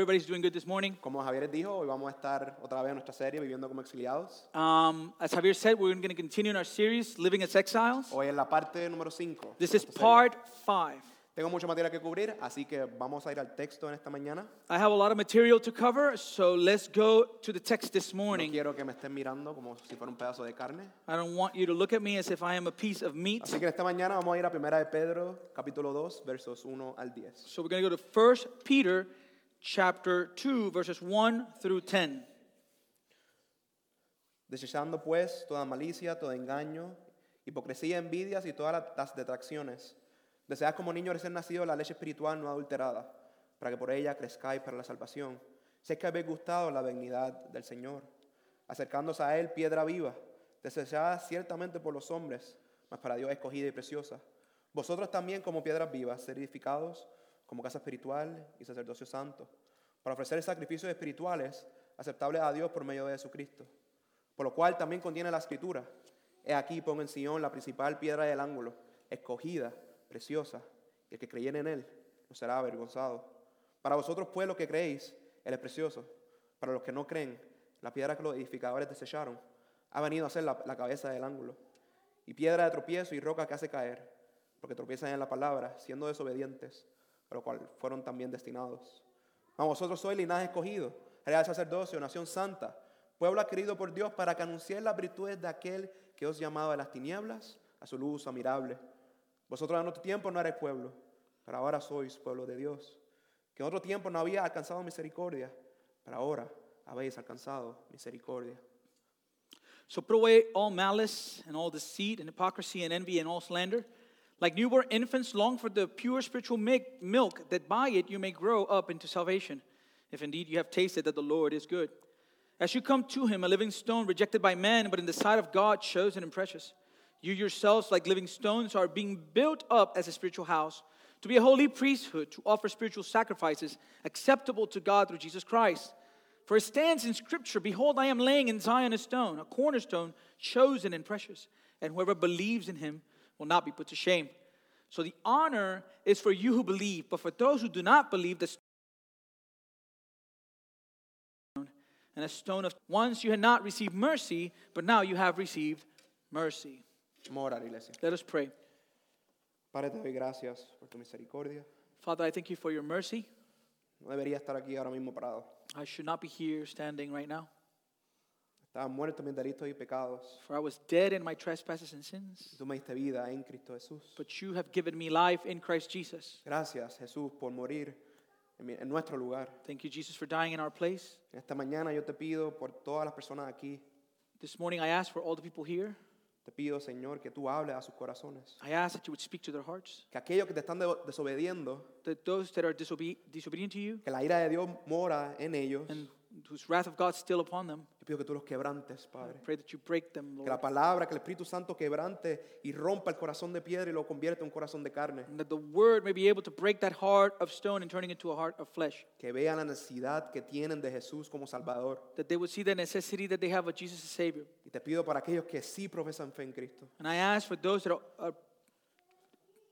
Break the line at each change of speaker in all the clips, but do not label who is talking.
Everybody's doing good this morning.
Como Javier dijo, hoy vamos a estar otra vez en nuestra serie Viviendo como exiliados.
Um, as Javier said, we're going to continue in our series, Living as Exiles.
Hoy es la parte número 5.
This is part five.
Tengo mucha materia que cubrir, así que vamos a ir al texto en esta mañana.
I have a lot of material to cover, so let's go to the text this
No
morning.
quiero que me estén mirando como si fuera un pedazo de carne.
I don't want you to look at me as if I am a piece of meat.
Así que en esta mañana vamos a ir a Primera de Pedro, capítulo 2, versos 1 al 10.
So we're going to go to 1 Peter chapter 2 verses 1 through 10.
Desechando pues toda malicia, todo engaño, hipocresía, envidias y todas la- las detracciones. Desead como niños recién nacidos la leche espiritual no adulterada, para que por ella crezcáis para la salvación. Si es que habéis gustado la benignidad del Señor, acercándose a Él piedra viva, desechada ciertamente por los hombres, mas para Dios escogida y preciosa. Vosotros también como piedras vivas, ser edificados como casa espiritual y sacerdocio santo, para ofrecer sacrificios espirituales aceptables a Dios por medio de Jesucristo. Por lo cual también contiene la escritura. He aquí pongo en Sion la principal piedra del ángulo, escogida, preciosa, y el que creyere en él no será avergonzado. Para vosotros pues los que creéis, él es precioso. Para los que no creen, la piedra que los edificadores desecharon ha venido a ser la, la cabeza del ángulo. Y piedra de tropiezo y roca que hace caer, porque tropiezan en la palabra, siendo desobedientes, a lo cual fueron también destinados. A vosotros sois linaje escogido, real sacerdocio, nación santa, pueblo adquirido por Dios para que anunciéis las virtudes de aquel que os llamaba de las tinieblas a su luz admirable. Vosotros en otro tiempo no erais pueblo, pero ahora sois pueblo de Dios. Que en otro tiempo no había alcanzado misericordia, pero ahora habéis alcanzado misericordia.
So put away all malice and all deceit and hypocrisy and envy and all slander. Like newborn infants, long for the pure spiritual mi- milk, that by it you may grow up into salvation, if indeed you have tasted that the Lord is good. As you come to him, a living stone rejected by men, but in the sight of God, chosen and precious. You yourselves, like living stones, are being built up as a spiritual house, to be a holy priesthood, to offer spiritual sacrifices acceptable to God through Jesus Christ. For it stands in Scripture Behold, I am laying in Zion a stone, a cornerstone, chosen and precious, and whoever believes in him will not be put to shame. So the honor is for you who believe, but for those who do not believe, the stone and a stone of once you had not received mercy, but now you have received mercy.
Vamos a orar, iglesia.
Let us pray.
Padre, te doy gracias por tu misericordia.
Father, I thank you for your mercy.
No debería estar aquí ahora mismo parado.
I should not be here standing right now,
Estaba muerto en mis delitos y pecados.
for I was dead in my trespasses and sins.
Tú me diste vida en Cristo Jesús.
But you have given me life in Christ Jesus.
Gracias, Jesús, por morir en mi- en nuestro lugar.
Thank you, Jesus, for dying in our place.
En Esta mañana yo te pido por todas las personas aquí,
This morning, I ask for all the people here.
te pido, Señor, que tú hables a sus corazones.
I ask that you would speak to their hearts,
Que aquellos que te están de- desobediendo,
that those that are disobe- disobedient to you
que la ira de Dios mora en ellos,
and
yo
whose wrath of God is still upon them,
pido que tú los quebrantes,
I
Padre.
pray that you break them,
Que
Lord.
la palabra, que el Espíritu Santo quebrante y rompa el corazón de piedra y lo convierte en un corazón de carne.
And that the word may be able to break that heart of stone and turning into a heart of flesh.
Que vean la necesidad que tienen de Jesús como Salvador.
That they would see the necessity that they have of Jesus as Savior.
Y te pido para aquellos que sí profesan fe en Cristo.
And I ask for those that are, are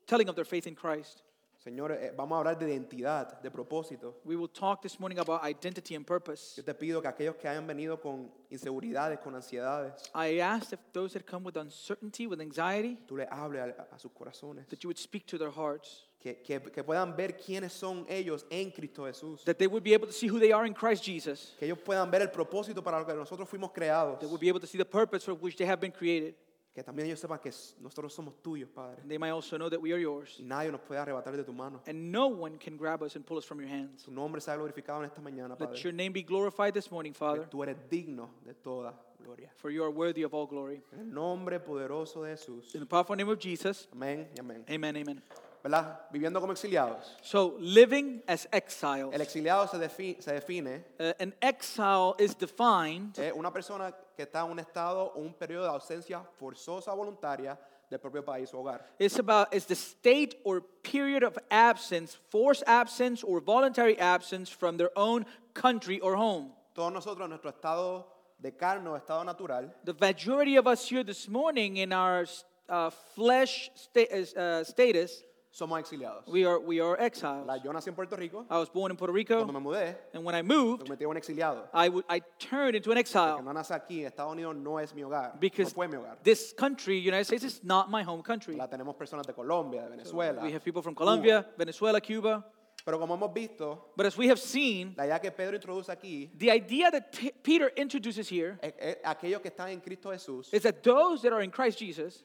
telling of their faith in Christ.
Señor, eh, vamos a hablar de identidad, de propósito.
We will talk this morning about identity and purpose.
Yo te pido que aquellos que hayan venido con inseguridades, con ansiedades,
I ask that those that come with uncertainty, with anxiety,
tú le hables al- a, sus corazones.
that you would speak to their hearts.
Que, que- que puedan ver quiénes son ellos en Cristo Jesús.
that they would be able to see who they are in Christ Jesus.
Que ellos puedan ver el propósito para lo que nosotros fuimos creados.
They would be able to see the purpose for which they have been created.
Que también ellos sepan que s- nosotros somos tuyos, Padre.
And they might also know that we are yours.
Y nadie nos puede arrebatar de tu mano.
And no one can grab us and pull us from your hands.
Tu nombre sea glorificado en esta mañana,
Let your
Padre.
name be glorified this morning,
Que
Father,
tú eres digno de toda gloria.
for you are worthy of all glory.
En el nombre poderoso de Jesús.
In the powerful name of Jesus,
Amén y amén.
amen, amen.
¿Verdad? Viviendo como exiliados.
So, living as exiles.
El exiliado se, defi- se define
Uh, an exile is defined
Es una persona que está en un estado o un periodo de ausencia forzosa o voluntaria del propio país o hogar.
It's about it's the state or period of absence, forced absence or voluntary absence from their own country or home.
Todos nosotros, nuestro estado de carne o estado natural,
The majority of us here this morning in our uh, flesh sta- uh, status
somos exiliados.
We are, we are Ah. exiles.
La, yo nací en Puerto Rico,
I was born in Puerto
cuando
Rico,
me mudé,
and when I
me
moved,
convertí en un exiliado.
I, would, I turned into an
Que
exile
no nace aquí, Estados Unidos no es mi hogar, no
because
fue mi hogar.
this country, United States, is not my home country.
La tenemos personas de Colombia, de Venezuela.
We have people from
Cuba.
Colombia, Venezuela, Cuba.
Pero como hemos visto,
But as we have seen,
la idea que Pedro introduce aquí
the idea that P- Peter introduces here
es- es Eh, aquellos que están en Cristo Jesús
is that those that are in Christ Jesus,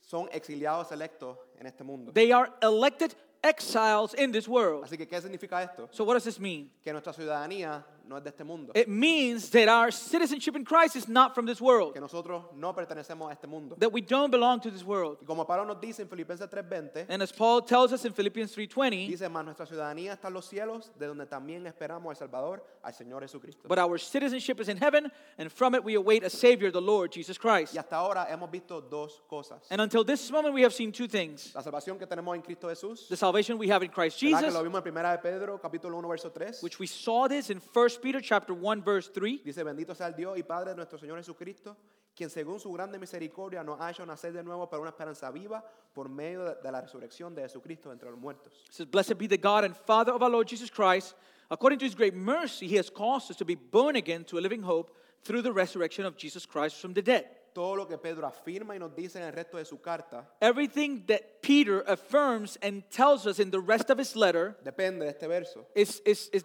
son exiliados electos en este mundo.
they are elected exiles in this world.
Así que, ¿qué significa esto?
So what does this mean?
Que nuestra ciudadanía no es de este mundo.
It means that our citizenship in Christ is not from this world,
Que nosotros no pertenecemos a este mundo.
that we don't belong to this world.
Y como Pablo nos dice en Filipenses 3:20,
And as Paul tells us in Philippians 3:20,
dice, más nuestra ciudadanía está en los cielos, de donde también esperamos al Salvador, al Señor Jesucristo.
but our citizenship is in heaven, and from it we await a savior, the Lord Jesus Christ.
Y hasta ahora hemos visto dos cosas.
And until this moment we have seen two things.
La salvación que tenemos en Cristo Jesús,
The salvation we have in Christ
¿verdad? que lo
Jesus,
vimos en primera de Pedro, capítulo 1, verso 3.
which we saw this in 1 Peter chapter 1 verse 3.
Dice, bendito sea el Dios y Padre de nuestro Señor Jesucristo, quien según su grande misericordia nos ha hecho nacer de nuevo para una esperanza viva por medio de, de la resurrección de Jesucristo entre los muertos.
It says, Blessed be the God and Father of our Lord Jesus Christ. According to his great mercy, he has caused us to be born again to a living hope through the resurrection of Jesus Christ from the dead.
Todo lo que Pedro afirma y nos dice en el resto de su carta
Everything that Peter affirms and tells us in the rest of his letter
depende de este verso,
is, is, is,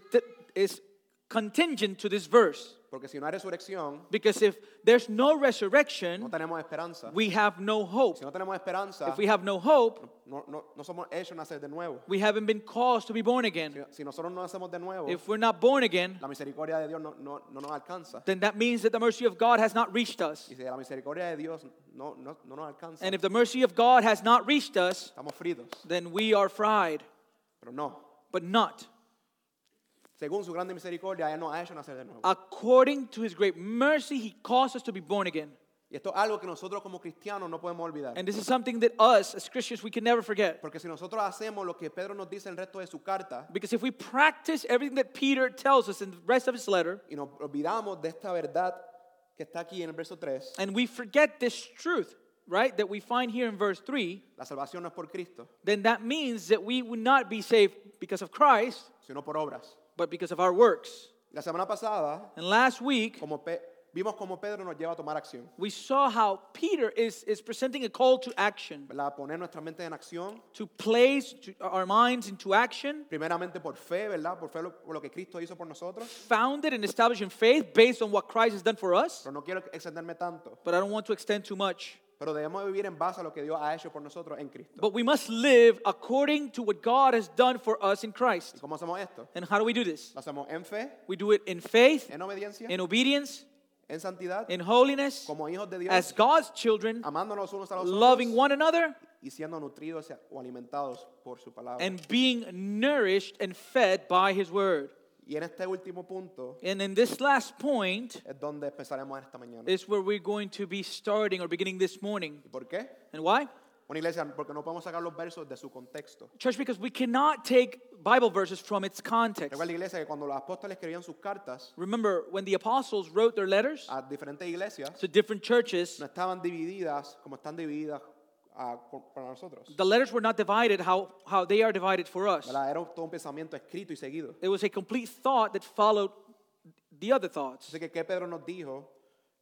is contingent to this verse.
porque si no hay resurrección,
Because if there's no
no
resurrection,
tenemos esperanza.
we have no hope.
Si no tenemos esperanza,
If we have no hope,
no, no- no somos hechos nacer de nuevo.
we haven't been caused to be born again.
Si, si nosotros no nacemos de nuevo,
If we're not born again,
la misericordia de Dios no, no- no nos alcanza.
then that means that the mercy of God has not reached us.
Y si la misericordia de Dios no, no- no nos alcanza,
And if the mercy of God has not reached us,
estamos fritos.
then we are fried,
Pero no,
but not.
Según su grande misericordia, Él nos ha hecho nacer de nuevo.
According to his great mercy, he caused us to be born again.
Y esto es algo que nosotros como cristianos no podemos olvidar.
And this is something that us, as Christians, we can never forget.
Porque si nosotros hacemos lo que Pedro nos dice en el resto de su carta
Because if we practice everything that Peter tells us in the rest of his letter,
y nos olvidamos de esta verdad que está aquí en el verso 3,
and we forget this truth, right, that we find here in verse 3,
la salvación no es por Cristo,
then that means that we would not be saved because of Christ,
sino por obras.
but because of our works.
La semana pasada
And last week,
como Pe- vimos cómo Pedro nos lleva a tomar acción,
we saw how Peter is, is presenting a call to action,
¿verdad? Poner nuestra mente en acción,
to place to our minds into action,
primeramente por fe, ¿verdad? Por fe lo- por lo que Cristo hizo por nosotros.
founded and established in faith based on what Christ has done for us.
Pero no quiero extenderme tanto,
But I don't want to extend too much.
pero debemos vivir en base a lo que Dios ha hecho por nosotros en Cristo.
But we must live according to what God has done for us in
¿Y
Christ.
cómo hacemos esto?
And how do we do this?
Lo hacemos en fe,
We do it in faith,
en obediencia,
in obedience,
en santidad,
in holiness,
como hijos de Dios,
as God's children,
amándonos unos a los
loving
otros
one another,
y siendo nutridos o alimentados por su palabra.
and being nourished and fed by His Word.
y en este último punto
And in this last point
es donde empezaremos esta mañana.
is where we're going to be starting or beginning this morning.
¿Y por qué?
And why?
Una iglesia, porque no podemos sacar los versos de su contexto.
Church, because we cannot take Bible verses from its context.
Recuerda la iglesia que cuando los apóstoles escribían sus cartas
Remember, when the apostles wrote their letters
a diferentes iglesias,
to different churches,
Ah. no estaban divididas como están divididas ah, por- para nosotros.
The letters were not divided how, how they are divided for us.
¿Verdad? Era todo un pensamiento escrito y seguido.
It was a complete thought that followed the other thoughts.
Así que, ¿qué Pedro nos dijo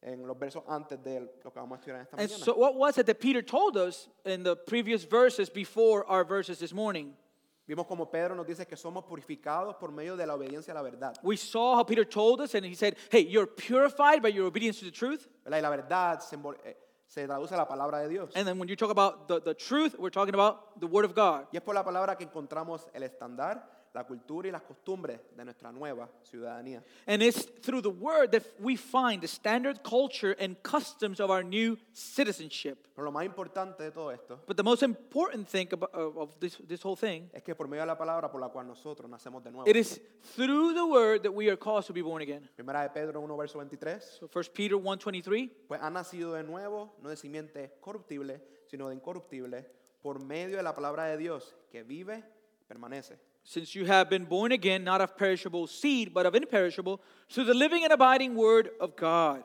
en los versos antes de lo que vamos a estudiar esta
And
mañana?
so, what was it that Peter told us in the previous verses before our verses this morning?
Vimos como Pedro nos dice que somos purificados por medio de la obediencia a la verdad.
We saw how Peter told us, and he said, Hey, you're purified by your obedience to the truth.
¿verdad? Y la verdad se, envol- eh, se traduce a la palabra de Dios.
And then, when you talk about the, the truth, we're talking about the Word of God.
Y es por la palabra que encontramos el estándar, la cultura y las costumbres de nuestra nueva ciudadanía.
And it's through the Word that we find the standard culture and customs of our new citizenship.
Pero lo más importante de todo esto
But the most important thing about, of of this, this whole thing
es que por medio de la palabra por la cual nosotros nacemos de nuevo.
It is through the word that we are caused to be born again.
Primera de Pedro 1, verso 23.
So 1 Peter 1:23,
Pues ha nacido de nuevo, no de simiente corruptible, sino de incorruptible, por medio de la palabra de Dios, que vive, permanece.
since you have been born again not of perishable seed but of imperishable through the living and abiding word of God.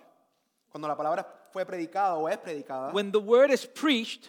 Cuando la palabra fue predicada o es predicada,
When the word is preached,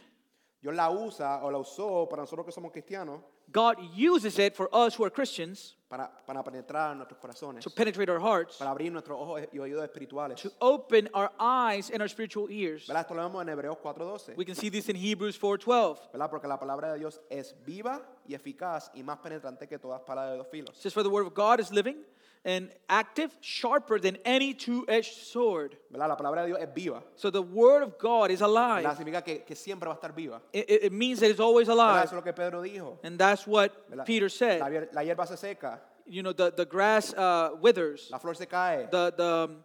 Dios la usa o la usó para nosotros que somos cristianos
God uses it for us who are Christians
para, para penetrar nuestros corazones,
to penetrate our hearts,
para abrir nuestros ojos y oídos espirituales.
to open our eyes and our spiritual ears.
¿Verdad? Esto lo vemos en Hebreos 4.12.
We can see this in Hebrews 4:12.
¿verdad? Porque la palabra de Dios es viva y eficaz y más penetrante que todas palabras de dos
It
filos.
says, For the word of God is living and active, sharper than any two edged sword.
¿Verdad? La palabra de Dios es viva.
So the word of God is
¿Verdad?
alive.
Significa que, que siempre va a estar viva.
It, it- it means that it's always
¿Verdad? Eso
alive.
es lo que Pedro dijo.
And that's what
¿Verdad?
Peter said.
La, hier- la hierba se seca,
You know, the, the grass uh, withers,
la flor se cae,
the, the, um,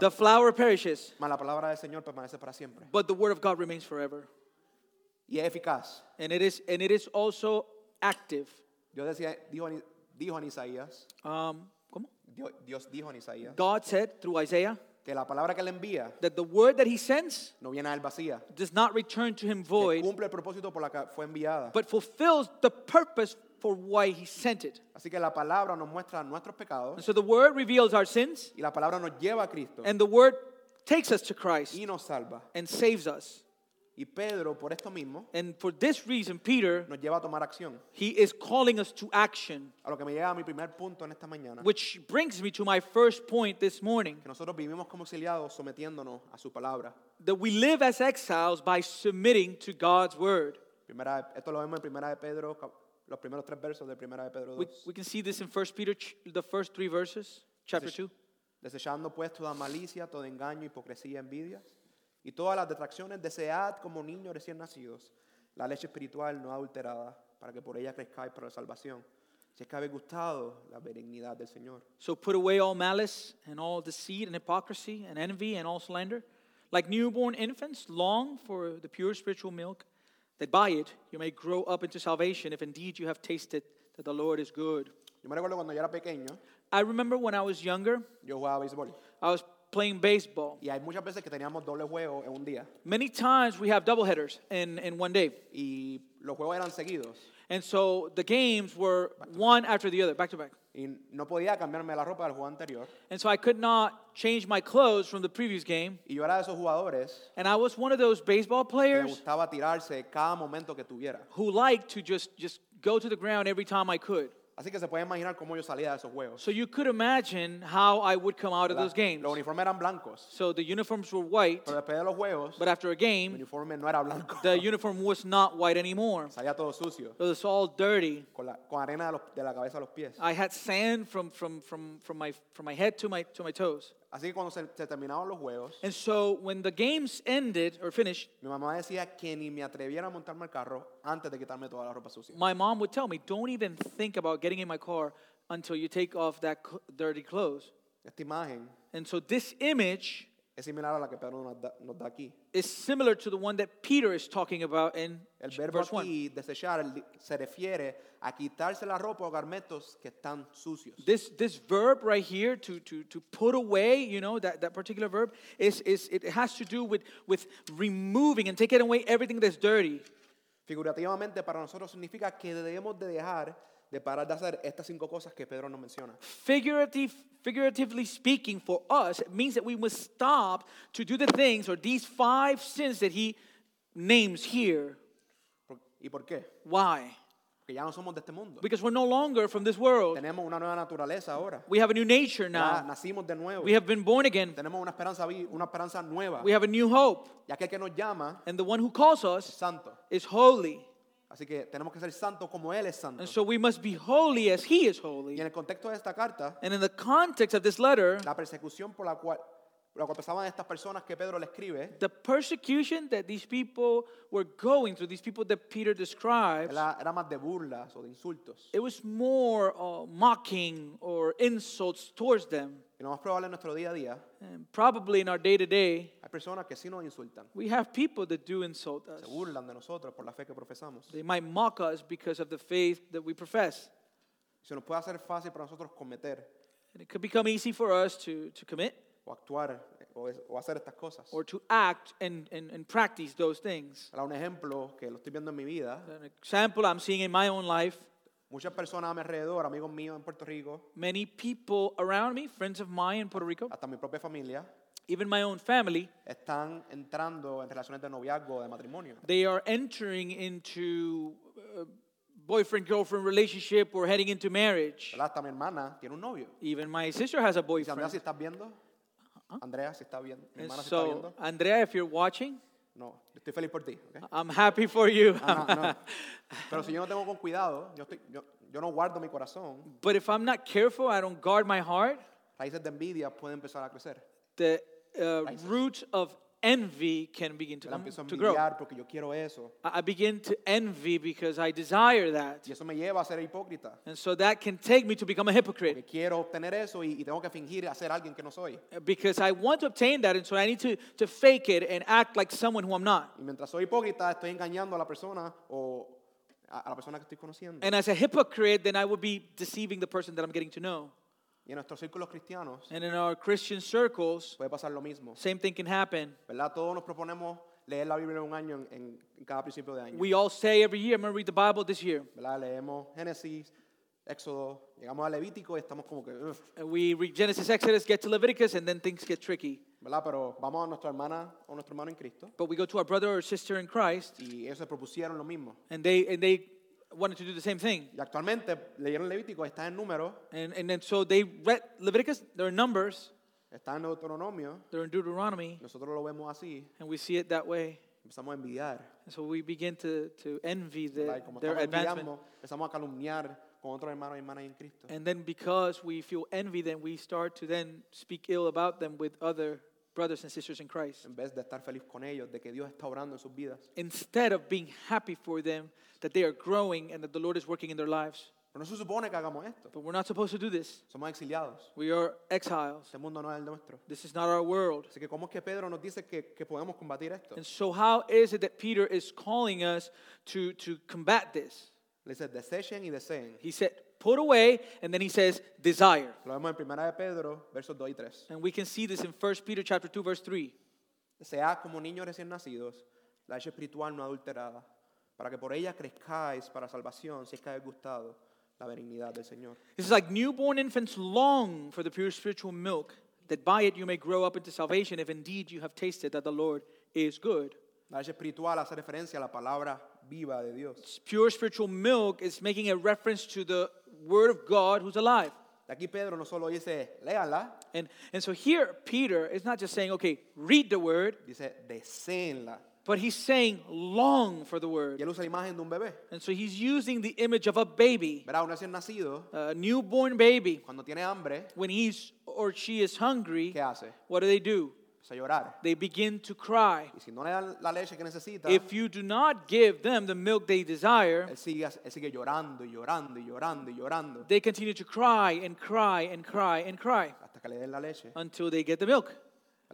the flower perishes,
mas la palabra del Señor permanece para siempre.
but the word of God remains forever.
Y es eficaz.
And it is, and it is also active.
Dios decía, dijo, en- dijo en Isaías,
Um, ¿cómo?
Dios, Dios dijo en Isaías,
God said through Isaiah
que la palabra que le envía
that the word that he sends
no viene a él vacía.
does not return to him
que
void,
cumple el propósito por la que fue enviada.
but fulfills the purpose for why he sent it.
Así que la palabra nos muestra nuestros
And
pecados
so the word reveals our sins,
y la palabra nos lleva a Cristo
and the word takes us to Christ
y nos salva.
and saves us.
Y Pedro, por esto mismo,
And for this reason, Peter,
nos lleva a tomar acción.
he is calling us to action,
A lo que me lleva a mi primer punto en esta mañana.
which brings me to my first point this morning
Que nosotros vivimos como exiliados sometiéndonos a su palabra.
that we live as exiles by submitting to God's word.
Primera, esto lo vemos en Primera de Pedro, cap- los primeros tres versos de Primera de Pedro
We,
2.
we can see this in 1 Peter, ch- the first three verses, chapter 2.
Desechando pues toda malicia, todo engaño, hipocresía, envidias y todas las detracciones, desead como niños recién nacidos la leche espiritual no adulterada para que por ella crezcáis para la salvación. Si es que habéis gustado la benignidad del Señor.
So put away all malice and all deceit and hypocrisy and envy and all slander. Like newborn infants, long for the pure spiritual milk, that by it you may grow up into salvation, if indeed you have tasted that the Lord is good.
Yo me recuerdo cuando yo era pequeño,
I remember when I was younger,
yo jugaba béisbol
I was playing baseball.
y hay muchas veces que teníamos doble juego en un día
Many times we have double headers in, in one day.
y los juegos eran seguidos
And so the games were one after the other, back to back.
y no podía cambiarme la ropa del juego anterior
And so I could not change my clothes from the previous game.
y yo era de esos jugadores
And I was one of those baseball
que le
players
gustaba tirarse cada momento que tuviera.
who liked to just just go to the ground every time I could.
Así que se puede imaginar cómo yo salía de esos juegos.
So you could imagine how I would come out of
¿verdad?
those games.
Los uniformes eran blancos,
So the uniforms were white,
pero después de los juegos,
but after a
el
game,
uniforme no era blanco.
the uniform was not white anymore.
Salía todo sucio,
It was all dirty.
con, la, con arena de, los- de la cabeza a los pies.
I had sand from from from from my from my head to my to my toes.
Así que cuando se, se terminaban los juegos,
And so when the games ended or finished,
mi mamá decía que ni me atreviera a montarme el carro antes de quitarme toda la ropa sucia.
my mom would tell me, "Don't even think about getting in my car until you take off that cl- dirty clothes."
Esta imagen
And so this image
es similar a la que Pedro nos da, nos da aquí.
is similar to the one that Peter is talking about in
El verbo
verse 1.
aquí, desechar, el- se refiere a quitarse la ropa o garmentos que están sucios.
This, this verb right here, to, to, to put away, you know, that, that particular verb, is, is, it has to do with, with removing and taking away everything that's dirty.
Figurativamente para nosotros significa que debemos de dejar de parar de hacer estas cinco cosas que Pedro nos menciona.
Figurative, figuratively speaking, for us, it means that we must stop to do the things or these five sins that he names here.
Por- ¿Y por qué?
Why?
Porque ya no somos de este mundo.
Because we're no longer from this world.
Tenemos una nueva naturaleza ahora.
We have a new nature
Ya
now.
nacimos de nuevo.
We have been born again.
Tenemos una esperanza, vi- una esperanza nueva.
We have a new hope.
Y aquel que nos llama
And the one who calls us
es santo.
is holy.
Así que tenemos que ser santos como Él es santo.
And so we must be holy as he is holy.
Y en el contexto de esta carta,
And in the context of this letter,
la persecución por la cual, por la cual pasaban estas personas que Pedro le escribe
the persecution that these people were going through, these people that Peter describes,
era, era más de burlas o de insultos.
it was more uh, mocking or insults towards them.
Y lo más probable en nuestro día a día,
And probably in our day to day,
hay personas que sí nos insultan.
we have people that do insult us.
se burlan de nosotros por la fe que profesamos.
They might mock us because of the faith that we profess.
Se nos puede hacer fácil para nosotros cometer
And it could become easy for us to, to commit
o actuar eh, o, es- o hacer estas cosas.
or to act and, and, and practice those things.
Ahora, un ejemplo que lo estoy viendo en mi vida,
An example I'm seeing in my own life
muchas personas a mi alrededor, amigos míos en Puerto Rico,
many people around me, friends of mine in Puerto Rico,
hasta mi propia familia,
Even my own family,
Están entrando en relaciones de noviazgo, de matrimonio.
they are entering into uh, boyfriend girlfriend relationship or heading into marriage.
¿Verdad? Hasta mi hermana tiene un novio.
Even my sister has a
Y si Andrea, si
boyfriend.
estás viendo. Andrea, si estás viendo. Mi
And
hermana, si estás
so,
viendo.
Andrea, if you're watching,
No, yo estoy feliz por ti. ¿ok?
I'm happy for you.
Ah, no, no. Pero si yo no tengo con cuidado, yo, estoy- yo- yo no guardo mi corazón,
But if I'm not careful, I don't guard my heart,
raíces de envidia pueden empezar a crecer.
the uh, root of envy can begin to,
Yo la
come,
empiezo a
to grow. I
envidiar porque yo quiero eso.
I begin to envy because I desire that.
Y eso me lleva a ser hipócrita.
And so that can take me to become a hypocrite.
Porque quiero obtener eso y, y tengo que fingir a ser alguien que no soy.
because I want to obtain that, and so I need to, to fake it and act like someone who I'm not.
Y mientras soy hipócrita, estoy engañando a la persona o a, a la persona que estoy conociendo.
And as a hypocrite, then I would be deceiving the person that I'm getting to know.
Y en nuestros círculos cristianos
And in our Christian circles,
puede pasar lo mismo.
same thing can happen.
¿Verdad? Todos nos proponemos leer la Biblia en un año en, en- en cada principio de año.
We all say every year, I'm going to read the Bible this year.
¿Verdad? Leemos Génesis, Éxodo, llegamos a Levítico y estamos como que... "Ugh",
And we read Genesis, Exodus, get to Leviticus, and then things get tricky.
¿Verdad? Pero vamos a nuestra hermana o nuestro hermano en Cristo
But we go to our brother or sister in Christ,
y ellos se propusieron lo mismo.
and they, and they wanted to do the same thing.
Y actualmente leyeron Levítico, está en Números,
And, and then so they read Leviticus, they're in Numbers,
está en Deuteronomio.
they're in Deuteronomy,
Nosotros lo vemos así,
and we see it that way.
empezamos a envidiar.
And so we begin to, to envy
¿verdad?
the,
Y como
their
estamos
advancement. Eh.
envidiando, empezamos a calumniar con otros hermanos y hermanas en Cristo.
And then because we feel envy, then we start to then speak ill about them with other brothers and sisters in Christ.
En vez de estar feliz con ellos, de que Dios está orando en sus vidas.
Instead of being happy for them that they are growing and that the Lord is working in their lives.
Pero no se supone que hagamos esto.
But we're not supposed to do this.
Somos exiliados.
We are exiles.
Este mundo no es el nuestro.
This is not our world.
Así que, ¿cómo es que Pedro nos dice que, que podemos combatir esto?
And so how is it that Peter is calling us to, to combat this?
Le dice, desechen y deseen.
He said, put away, and then he says, desire.
Lo vemos en primera de Pedro, versos 2 y 3.
And we can see this in 1 Peter chapter 2, verse 3.
Sea como niños recién nacidos, la leche espiritual no adulterada, para que por ella crezcáis para salvación, si es que habéis gustado la benignidad del Señor.
This is like newborn infants long for the pure spiritual milk, that by it you may grow up into salvation, if indeed you have tasted that the Lord is good.
La leche espiritual hace referencia a la palabra viva de Dios.
Pure spiritual milk is making a reference to the Word of God who's alive.
De aquí Pedro no solo dice, léala,
And, and so here, Peter is not just saying, okay, read the Word,
dice, deseenla.
but he's saying, long for the
Y
Word.
él usa la imagen de un bebé.
And so he's using the image of a baby,
Verá, un recién nacido,
a newborn baby.
cuando tiene hambre,
When he's or she is hungry,
¿qué hace?
what do they do?
Empieza a llorar.
They begin to cry.
Y si no le dan la leche que necesita,
If you do not give them the milk they desire,
él sigue, él sigue llorando y llorando y llorando y llorando
they continue to cry and cry and cry and cry
hasta que le den la leche.
until they get the milk.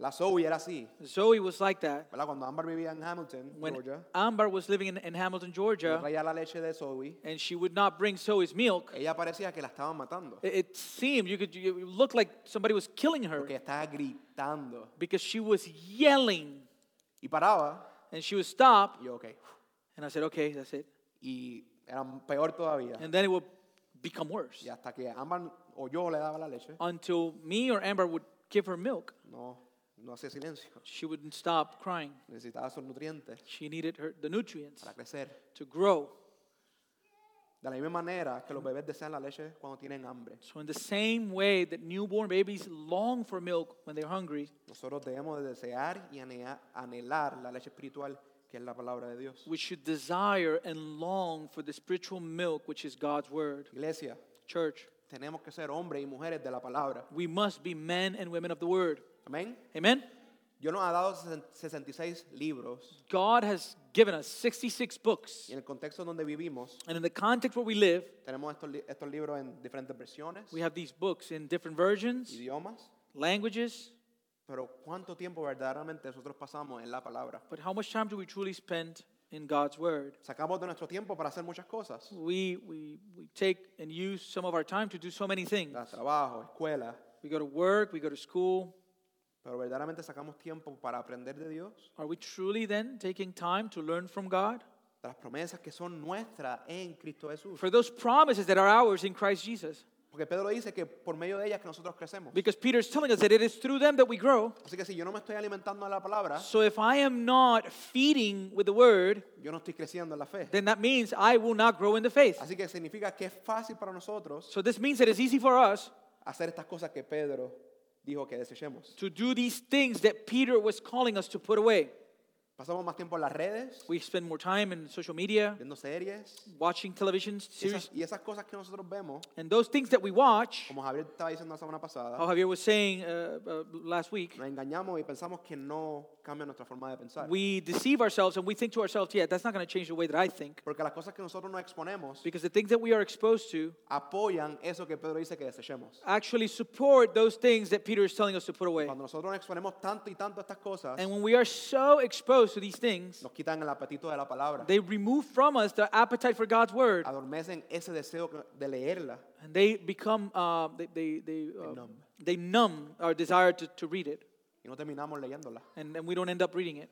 La Zoe era así.
Zoe was like that.
¿verdad? Cuando Amber vivía en Hamilton,
When
Georgia,
Amber was living in, in Hamilton,
yo
Georgia,
traía la leche de Zoe,
and she would not bring Zoe's milk,
ella parecía que la estaban matando.
it, it seemed you could you, it looked like somebody was killing her
Porque estaba gritando.
because she was yelling
Y paraba,
and she would stop.
y yo, ok.
And I said, "Okay, that's it."
Y era peor todavía.
And then it would become worse
Y hasta que Amber o yo le daba la leche,
until me or Amber would give her milk.
no, no hacía silencio.
She wouldn't stop crying.
Necesitaba sus nutrientes
She needed her the nutrients
para crecer.
to grow.
De la misma manera que los bebés desean la leche cuando tienen hambre.
So, in the same way that newborn babies long for milk when they're hungry,
Nosotros debemos de desear y anea- anhelar la leche espiritual, que es la palabra de Dios.
we should desire and long for the spiritual milk, which is God's word.
Iglesia,
Church,
tenemos que ser hombres y mujeres de la palabra.
we must be men and women of the word.
Amén.
Amen?
Dios nos ha dado sesen- 66 libros
God has given us 66 books.
y en el contexto donde vivimos
And in the context where we live,
tenemos estos, li- estos libros en diferentes versiones,
we have these books in different versions,
idiomas,
languages.
pero ¿cuánto tiempo verdaderamente nosotros pasamos en la palabra?
But how much time do we truly spend in God's word?
Sacamos de nuestro tiempo para hacer muchas cosas,
We, we, we take and use some of our time to do so many things.
la- trabajo, escuela,
We go to work, we go to school,
pero verdaderamente sacamos tiempo para aprender de Dios,
Are we truly then taking time to learn from God?
de las promesas que son nuestras en Cristo Jesús.
For those promises that are ours in Christ Jesus.
Porque Pedro dice que por medio de ellas que nosotros crecemos.
Because Peter is telling us that it is through them that we grow.
Así que si yo no me estoy alimentando de la palabra,
So if I am not feeding with the word,
yo no estoy creciendo en la fe.
then that means I will not grow in the faith.
Así que significa que es fácil para nosotros
So this means that it's easy for us
hacer estas cosas que Pedro dijo que desechemos.
to do these things that Peter was calling us to put away.
Pasamos más tiempo en las redes,
We spend more time in social media,
viendo series.
watching television
Y
series,
esas, y esas cosas que nosotros vemos,
and those things that we watch,
como Javier estaba diciendo la semana pasada,
how Javier was saying uh, uh, last week,
nos engañamos y pensamos que no cambia nuestra forma de pensar.
we deceive ourselves and we think to ourselves, yeah, that's not going to change the way that I think.
Porque las cosas que nosotros nos exponemos
Because the things that we are exposed to
apoyan eso que Pedro dice que desechemos.
actually support those things that Peter is telling us to put away.
Cuando nosotros nos exponemos tanto y tanto a estas cosas,
And when we are so exposed to these things,
nos quitan el apetito de la palabra,
they remove from us the appetite for God's word,
adormecen ese deseo que- de leerla.
and they become uh, they they they, uh,
numb.
they numb our desire to, to read it,
y no terminamos leyéndola.
and, and we don't end up reading it.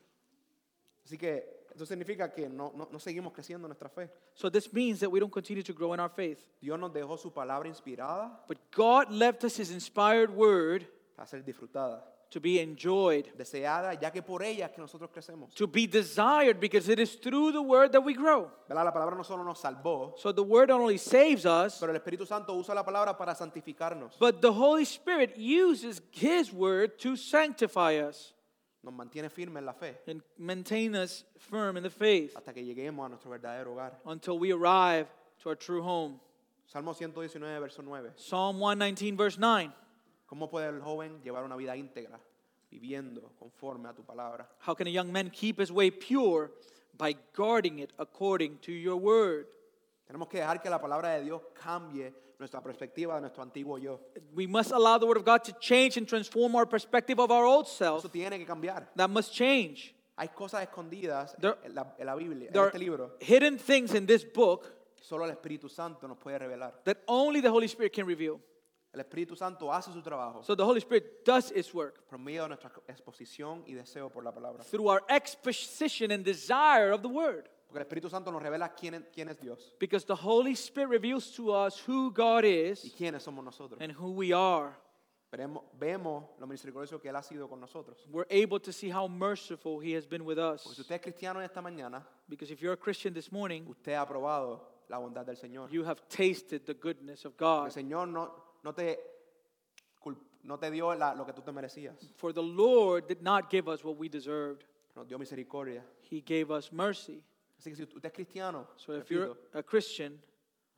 Así que eso significa que no, no, no seguimos creciendo en nuestra fe.
So this means that we don't continue to grow in our faith.
Dios nos dejó su palabra inspirada
But God left us His inspired word
para ser disfrutada,
to be enjoyed,
deseada, ya que por ella es que nosotros crecemos.
to be desired, because it is through the word that we grow.
¿Verdad? La palabra no solo nos salvó,
So the word not only saves us,
pero el Espíritu Santo usa la palabra para santificarnos.
but the Holy Spirit uses His word to sanctify us
Nos mantiene firmes en la fe
and maintain us firm in the faith
hasta que lleguemos a nuestro verdadero hogar.
until we arrive to our true home.
Salmo 119, verso 9.
Psalm 119, verse 9.
¿Cómo puede el joven llevar una vida íntegra, viviendo conforme a tu palabra?
How can a young man keep his way pure? By guarding it according to your word.
Tenemos que dejar que la palabra de Dios cambie nuestra perspectiva de nuestro antiguo yo.
We must allow the word of God to change and transform our perspective of our old self.
Eso tiene que cambiar.
That must change.
Hay cosas escondidas
There-
en, la, en la Biblia, en
There
este
are
libro.
hidden things in this book
Solo el Espíritu Santo nos puede revelar.
that only the Holy Spirit can reveal.
El Espíritu Santo hace su trabajo
So the Holy Spirit does its work
por medio de nuestra exposición y deseo por la palabra.
through our exposition and desire of the word.
Porque el Espíritu Santo nos revela quién es, quién es Dios
Because the Holy Spirit reveals to us who God
y
is
quiénes somos nosotros.
and who we are.
Veremos- vemos lo misericordioso que Él ha sido con nosotros.
We're able to see how merciful He has been with us.
Porque si usted es cristiano en esta mañana,
Because if you're a Christian this morning,
usted ha probado la bondad del Señor.
you have tasted the goodness of
El
God.
Señor no, no, te, cul- no te dio la- lo que tú te merecías.
For the Lord did not give us what we deserved,
Nos dio misericordia.
He gave us mercy.
Así que si usted es cristiano,
So if
repito,
you're a Christian,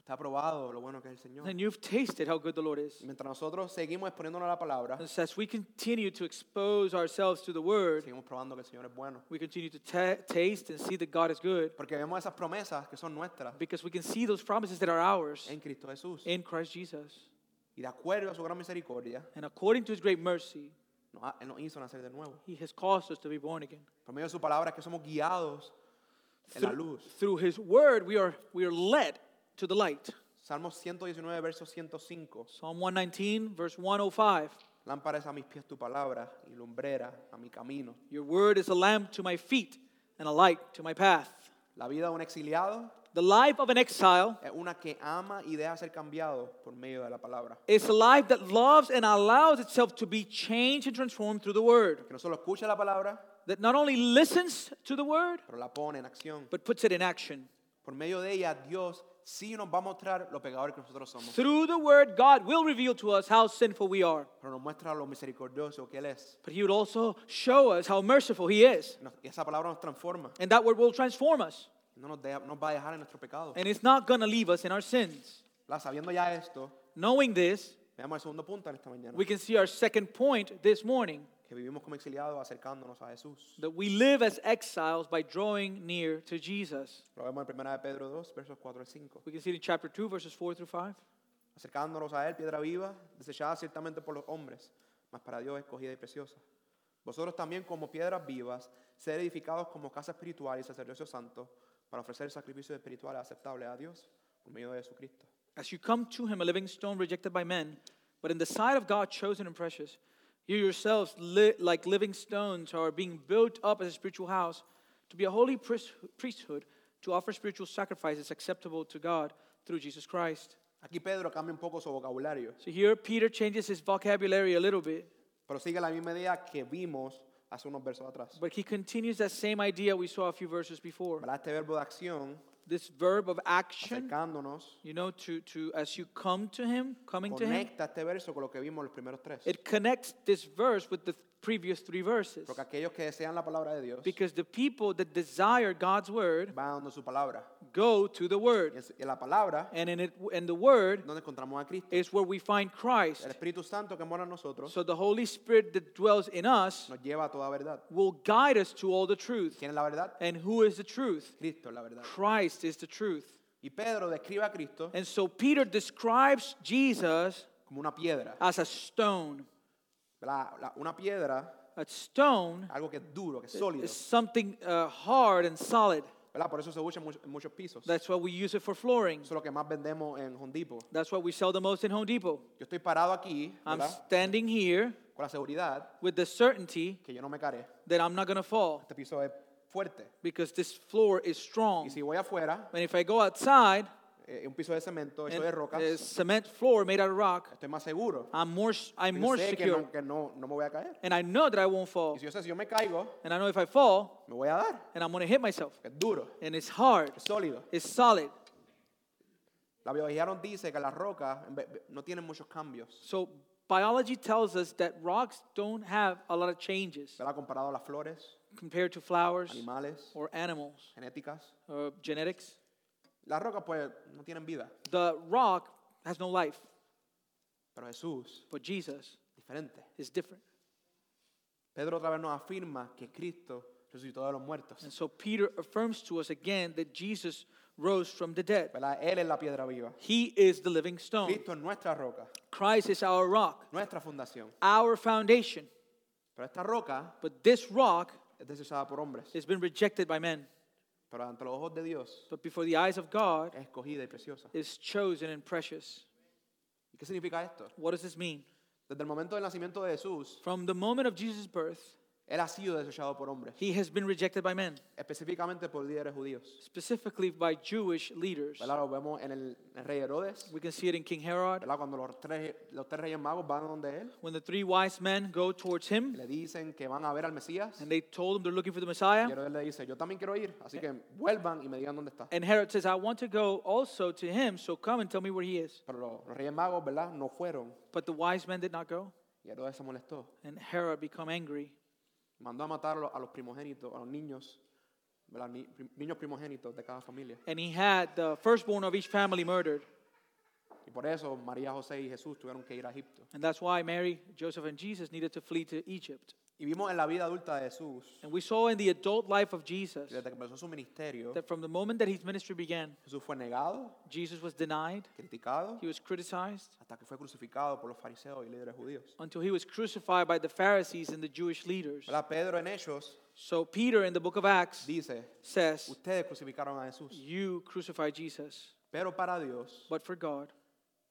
Está probado lo bueno que es el Señor.
then you've tasted how good the Lord is.
Y mientras nosotros seguimos exponiéndonos a la palabra,
And as we continue to expose ourselves to the Word,
seguimos probando que el Señor es bueno.
we continue to ta taste and see that God is good
Porque vemos esas promesas que son nuestras
because we can see those promises that are ours
en Cristo Jesús.
in Christ Jesus.
Y de acuerdo a su gran misericordia,
And according to His great mercy,
nos ha- Él nos hizo nacer de nuevo.
He has caused us to be born again.
Por medio de su palabra es que somos guiados en la
Through,
luz.
through His Word, we are, we are led to the light.
Salmo 119, verso 105.
Psalm 119, verse 105.
Lámpara es a mis pies tu palabra y lumbrera a mi camino.
Your word is a lamp to my feet and a light to my path.
La vida de un exiliado
The life of an exile
es una que ama y deja ser cambiado por medio de la palabra.
is a life that loves and allows itself to be changed and transformed through the word.
Que no solo escucha la palabra,
That not only listens to the word,
pero la pone en acción.
but puts it in action.
Por medio de ella, Dios sí nos va a mostrar lo pecadores que nosotros somos,
Through the word, God will reveal to us how sinful we are,
pero nos muestra lo misericordioso que Él es.
but He will also show us how merciful He is.
Nos- Y esa palabra nos transforma,
And that word will transform us,
no nos, deja- nos va a dejar en nuestro pecado.
and it's not going to leave us in our sins.
La- Sabiendo ya esto,
Knowing this,
veamos el segundo punto en esta mañana,
we can see our second point this morning.
que vivimos como exiliados acercándonos a Jesús.
that we live as exiles by drawing near to Jesus.
Lo vemos en 1 de Pedro 2, versos 4 al 5.
We can see it in chapter 2, verses 4 through 5.
Acercándonos a Él, piedra viva, desechada ciertamente por los hombres, mas para Dios escogida y preciosa. Vosotros también como piedras vivas, ser edificados como casa espiritual y sacerdocio santo, para ofrecer sacrificios espirituales aceptables a Dios por medio de Jesucristo.
As you come to him, a living stone rejected by men, but in the sight of God, chosen and precious, you yourselves, li- like living stones, are being built up as a spiritual house to be a holy priest- priesthood, to offer spiritual sacrifices acceptable to God through Jesus Christ.
Aquí Pedro cambia un poco su vocabulario,
So here Peter changes his vocabulary a little bit,
pero sigue la misma idea que vimos hace unos versos atrás.
but he continues that same idea we saw a few verses before.
¿Verdad? Este verbo de acción,
This verb of action,
acercándonos,
you know, to, to as you come to him, coming to him,
conecta este verso con lo que vimos en los primeros tres.
it connects this verse with the previous three verses.
Porque aquellos que desean la palabra de Dios
Because the people that desire God's word
van donde su palabra.
go to the
Y
word.
es- y la palabra
And in it and the word
es donde encontramos a Cristo.
is where we find Christ.
El Espíritu Santo que mora en nosotros
So the Holy Spirit that dwells in us
nos lleva a toda verdad.
will guide us to all the truth.
¿Quién es la verdad?
And who is the truth?
Cristo es la verdad.
Christ is the truth.
Y Pedro describe a Cristo
And so Peter describes Jesus
como una piedra.
as a stone.
La- la- una piedra,
A stone
algo que es duro, que es sólido.
is something uh, hard and solid.
¿verdad? Por eso se usa en muchos, en muchos pisos. Eso
That's why we use it for flooring.
es lo que más vendemos en Home Depot.
That's why we sell the most in Home Depot.
Yo estoy parado aquí
I'm
¿verdad?
standing here
con la seguridad
with the certainty
que yo no me caré.
that I'm not going to fall
Este piso es fuerte.
because this floor is
Y
strong.
si voy afuera,
And if I go outside,
eh, un piso de cemento, eso
and
de rocas,
a cement floor made out of rock,
estoy más seguro.
I'm more, I'm
Yo
more
sé que,
secure.
no, que no, no me voy a caer.
And I know that I won't fall.
Y si yo sé, si yo me caigo,
And I know if I fall,
me voy a dar.
and I'm going to hit myself.
porque Es duro,
And it's hard.
es sólido.
It's solid.
La biología nos dice que las rocas en vez- no tienen muchos cambios,
So biology tells us that rocks don't have a lot of changes
¿verdad? Comparado a las flores,
compared to flowers
animales,
or animals
genéticas.
or genetics.
Las rocas, pues, no tienen vida.
The rock has no life,
Pero Jesús,
but Jesus
diferente.
is different.
Pedro otra vez nos afirma que Cristo resucitó de los muertos.
And so Peter affirms to us again that Jesus rose from the dead.
¿verdad? Él es la piedra viva.
He is the living stone.
Cristo es nuestra roca,
Christ is our rock,
nuestra fundación.
our foundation.
Pero esta roca
But this rock
es desechada por hombres.
has been rejected by men,
Pero ante los ojos de Dios
but before the eyes of God
es escogida y preciosa.
is chosen and precious.
¿Y qué significa esto?
What does this mean?
Desde el momento del nacimiento de Jesús,
From the moment of Jesus' birth,
Él ha sido desechado por hombres,
he has been rejected by men,
específicamente por líderes judíos.
specifically by Jewish leaders.
Pues, ¿Verdad? Lo vemos en el, en el rey Herodes,
We can see it in King Herod
¿verdad? cuando los tres, los tres reyes magos van donde Él,
when the three wise men go towards
y
him
le dicen que van a ver al Mesías,
and they told him they're looking for the
y
Messiah.
Herodes le dice, yo también quiero ir, así que vuelvan y me digan dónde está.
And Herod says, I want to go also to him, so come and tell me where he is.
Pero los, los reyes magos, ¿verdad? No fueron,
But the wise men did not go,
y Herodes se molestó.
and Herod became angry.
Mandó a matar a los, a los primogénitos, a los niños, ¿verdad? Ni- prim- niños primogénitos de cada familia.
And he had the firstborn of each family murdered.
Y por eso María, José y Jesús tuvieron que ir a Egipto.
And that's why Mary, Joseph, and Jesus needed to flee to Egypt.
Y vimos en la vida adulta de Jesús,
And we saw in the adult life of Jesus
desde que empezó su ministerio,
that from the moment that his ministry began,
Jesús fue negado,
Jesus was denied,
criticado,
he was criticized,
hasta que fue crucificado por los fariseos y líderes judíos.
until he was crucified by the Pharisees and the Jewish leaders.
¿Verdad? Pedro en Hechos
So Peter in the book of Acts
dice,
says,
ustedes crucificaron a Jesús,
You crucified Jesus,
pero para Dios,
but for God,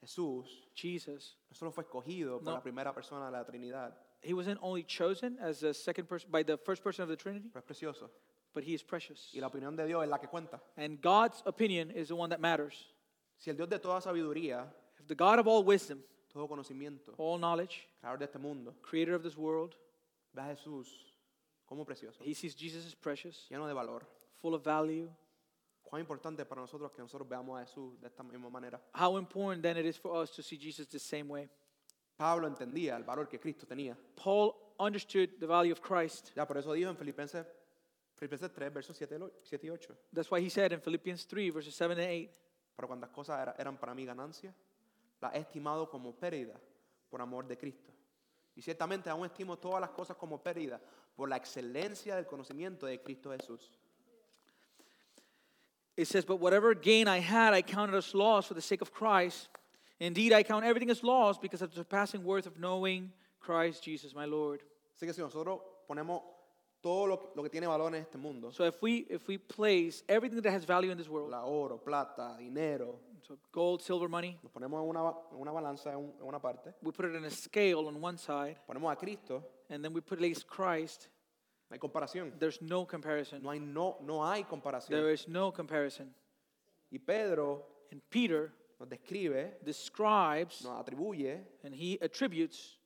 Jesús
Jesus
no solo fue escogido por
No.
la primera persona de la Trinidad,
he wasn't only chosen as the second person by the first person of the Trinity,
pero es precioso.
but he is precious.
Y la opinión de Dios es la que cuenta.
And God's opinion is the one that matters.
Si el Dios de toda sabiduría,
If the God of all wisdom,
todo conocimiento,
all knowledge,
creador de este mundo,
creator of this world,
ve a Jesús como precioso,
he sees Jesus as precious,
lleno de valor.
full of value.
Cuán importante para nosotros que nosotros veamos a Jesús de esta misma manera.
How important then it is for us to see Jesus the same way.
Pablo entendía el valor que Cristo tenía.
Paul understood the value of Christ.
Ya por eso dijo en Filipenses, Filipenses 3, versos 7 y lo- 7 y 8.
That's why he said in Philippians 3, verses 7 and 8,
Pero cuantas cosas era- eran para mí ganancia, las he estimado como pérdida por amor de Cristo. Y ciertamente aún estimo todas las cosas como pérdida por la excelencia del conocimiento de Cristo Jesús.
It says, But whatever gain I had, I counted as loss for the sake of Christ. Indeed, I count everything as loss because of the surpassing worth of knowing Christ Jesus, my Lord.
Así que si nosotros ponemos todo lo, que- lo que tiene valor en este mundo,
So if we if we place everything that has value in this world,
la oro, plata, dinero,
so gold, silver, money,
nos ponemos en una, ba- en una balanza, en, un- en una parte,
we put it in a scale on one side,
ponemos a Cristo,
and then we place Christ.
no hay comparación.
There's no comparison.
No hay, no, no hay comparación.
There is no comparison.
Y Pedro
And Peter
nos describe,
describes,
nos atribuye, en
and he attributes,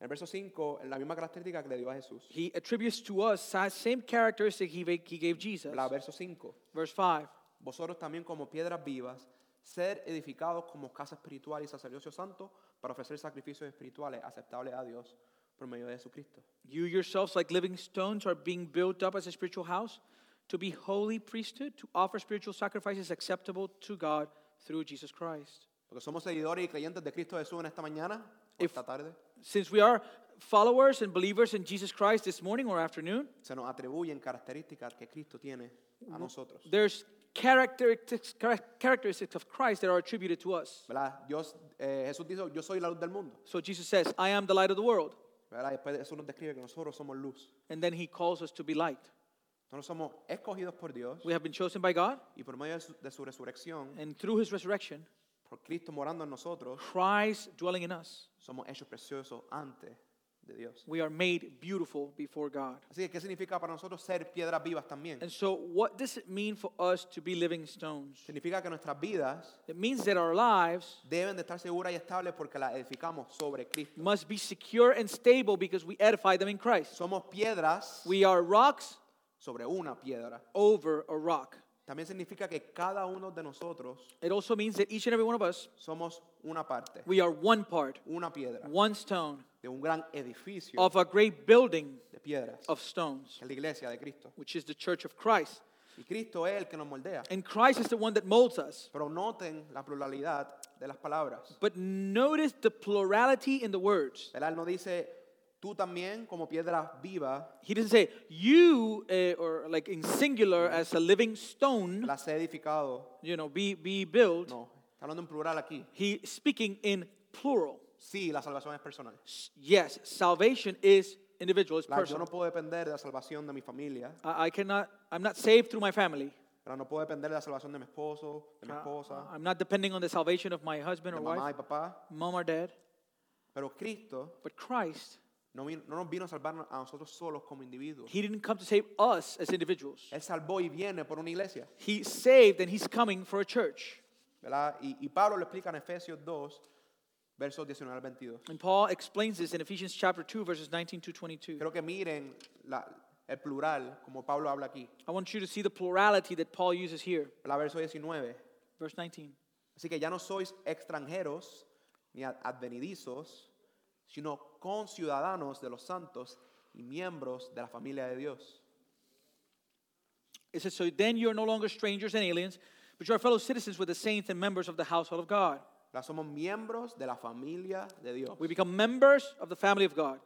el verso 5, la misma característica que le dio a Jesús.
he attributes to us sa- same characteristic he, va- he gave Jesus.
La verso 5,
Verse 5.
vosotros también como piedras vivas, ser edificados como casa espiritual y sacerdocio santo para ofrecer sacrificios espirituales aceptables a Dios por medio de Jesucristo.
You yourselves, like living stones, are being built up as a spiritual house to be holy priesthood, to offer spiritual sacrifices acceptable to God through Jesus Christ.
Porque somos seguidores y creyentes de Cristo Jesús en esta mañana, o
If-
esta tarde,
Since we are followers and believers in Jesus Christ this morning or afternoon,
se nos atribuyen características que Cristo tiene a nosotros.
there's characteristics, charac- characteristics of Christ that are attributed to us.
¿Verdad? Dios, eh, Jesús dijo, yo soy la luz del mundo.
So Jesus says, I am the light of the world.
¿Verdad? Después eso nos describe que nosotros somos luz.
And then he calls us to be light.
Nosotros somos escogidos por Dios
We have been chosen by God,
y por medio de su, de su resurrección,
and through his resurrection,
por Cristo morando en nosotros,
Christ dwelling in us,
somos hechos preciosos antes de Dios.
we are made beautiful before God.
Así que, ¿qué significa para nosotros ser piedras vivas también?
And so, what does it mean for us to be living stones?
Significa que nuestras vidas
It means that our lives
deben de estar seguras y estables porque las edificamos sobre Cristo.
must be secure and stable because we edify them in Christ.
Somos piedras
We are rocks
sobre una piedra.
over a rock.
También significa que cada uno de nosotros
It also means that each and every one of us,
somos una parte,
we are one part,
una piedra
one stone
de un gran edificio
of a great building
de piedras,
of stones,
que es la iglesia de Cristo.
which is the church of Christ.
Y Cristo es el que nos moldea.
And Christ is the one that molds us.
Pero noten la pluralidad de las palabras.
But notice the plurality in the words.
¿Verdad? Él no dice tú también como piedra viva,
He doesn't say you eh, or like in singular as a living stone,
la has edificado.
you know, be be built.
No, está hablando en plural aquí.
He's speaking in plural.
Sí, la salvación es personal.
S- Yes, salvation is individual, it's
Claro, yo
personal.
no puedo depender de la salvación de mi familia,
I, I cannot I'm not saved through my family.
pero no puedo depender de la salvación de mi esposo, de mi esposa,
I'm not depending on the salvation of my husband or
de mamá y
wife,
papá.
mom or dad.
Pero Cristo
But Christ,
no, vino- no nos vino a salvar a nosotros solos como individuos.
he didn't come to save us as individuals.
Él salvó y viene por una iglesia.
He saved and he's coming for a church.
¿verdad? Y, y Pablo lo explica en Efesios 2, versos 19 al 22.
And Paul explains this in Ephesians chapter 2 verses 19 to 22.
Quiero que miren la- el plural, como Pablo habla aquí.
I want you to see the plurality that Paul uses here.
La verso 19.
Verse 19.
Así que ya no sois extranjeros ni ad- advenedizos, sino conciudadanos de los santos y miembros de la familia de Dios.
It says, So then you are no longer strangers and aliens, but you are fellow citizens with the saints and members of the household of God.
¿Verdad? Somos miembros de la familia de Dios.
We become members of the family of God.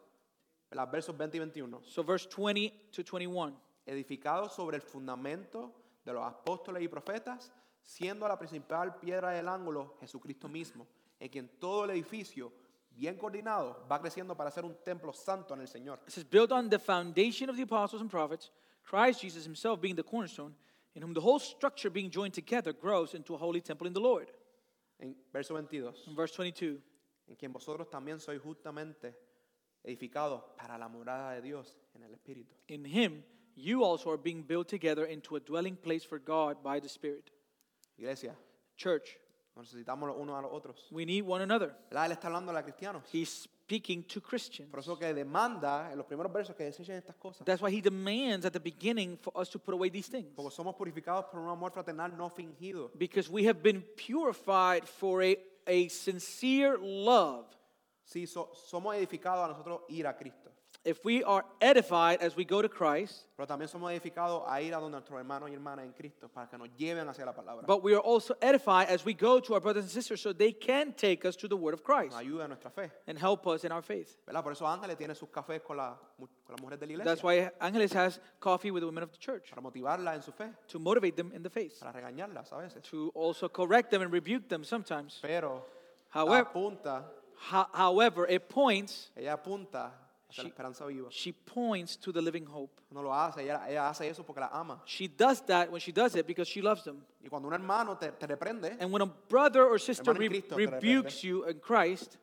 ¿Verdad? Versos 20 y 21.
So, verse 20 to 21.
edificados sobre el fundamento de los apóstoles y profetas, siendo la principal piedra del ángulo Jesucristo mismo, en quien todo el edificio, bien coordinado, va creciendo para ser un templo santo en el Señor.
It says, Built on the foundation of the apostles and prophets, Christ Jesus himself being the cornerstone, in whom the whole structure being joined together grows into a holy temple in the Lord.
En verso 22,
And verse 22.
en quien vosotros también sois justamente edificados para la morada de Dios en el Espíritu.
In him, you also are being built together into a dwelling place for God by the Spirit.
Iglesia,
Church,
nos necesitamos los unos a los otros.
we need one another.
¿Verdad? Él está hablando a los cristianos.
He's speaking to Christians.
Por eso que demanda en los primeros versos que desechen estas cosas.
That's why he demands at the beginning for us to put away these things.
Porque somos purificados por un amor fraternal no fingido.
Because we have been purified for a, a sincere love.
Si somos edificados a nosotros ir a Cristo,
If we are edified as we go to Christ,
pero también somos edificados a ir a donde nuestros hermanos y hermanas en Cristo para que nos lleven hacia la palabra.
but we are also edified as we go to our brothers and sisters so they can take us to the word of Christ
Nos ayuda a nuestra fe.
and help us in our faith.
¿verdad? Por eso Ángeles tiene sus cafés con, la, mu- con las mujeres de la iglesia
That's why Angeles has coffee with the women of the church
para motivarlas en su fe,
to motivate them in the faith,
para regañarlas a veces.
to also correct them and rebuke them sometimes.
Pero ella
However,
apunta,
ho- however, it points,
ella apunta hacia la
She-
esperanza viva.
she points to the living hope.
No lo hace, ella, ella hace eso porque la ama.
She does that when she does it because she loves them.
Y cuando un hermano te, te reprende,
And when a brother or sister
Hermano en
re-
Cristo, de repente.
rebukes you in Christ,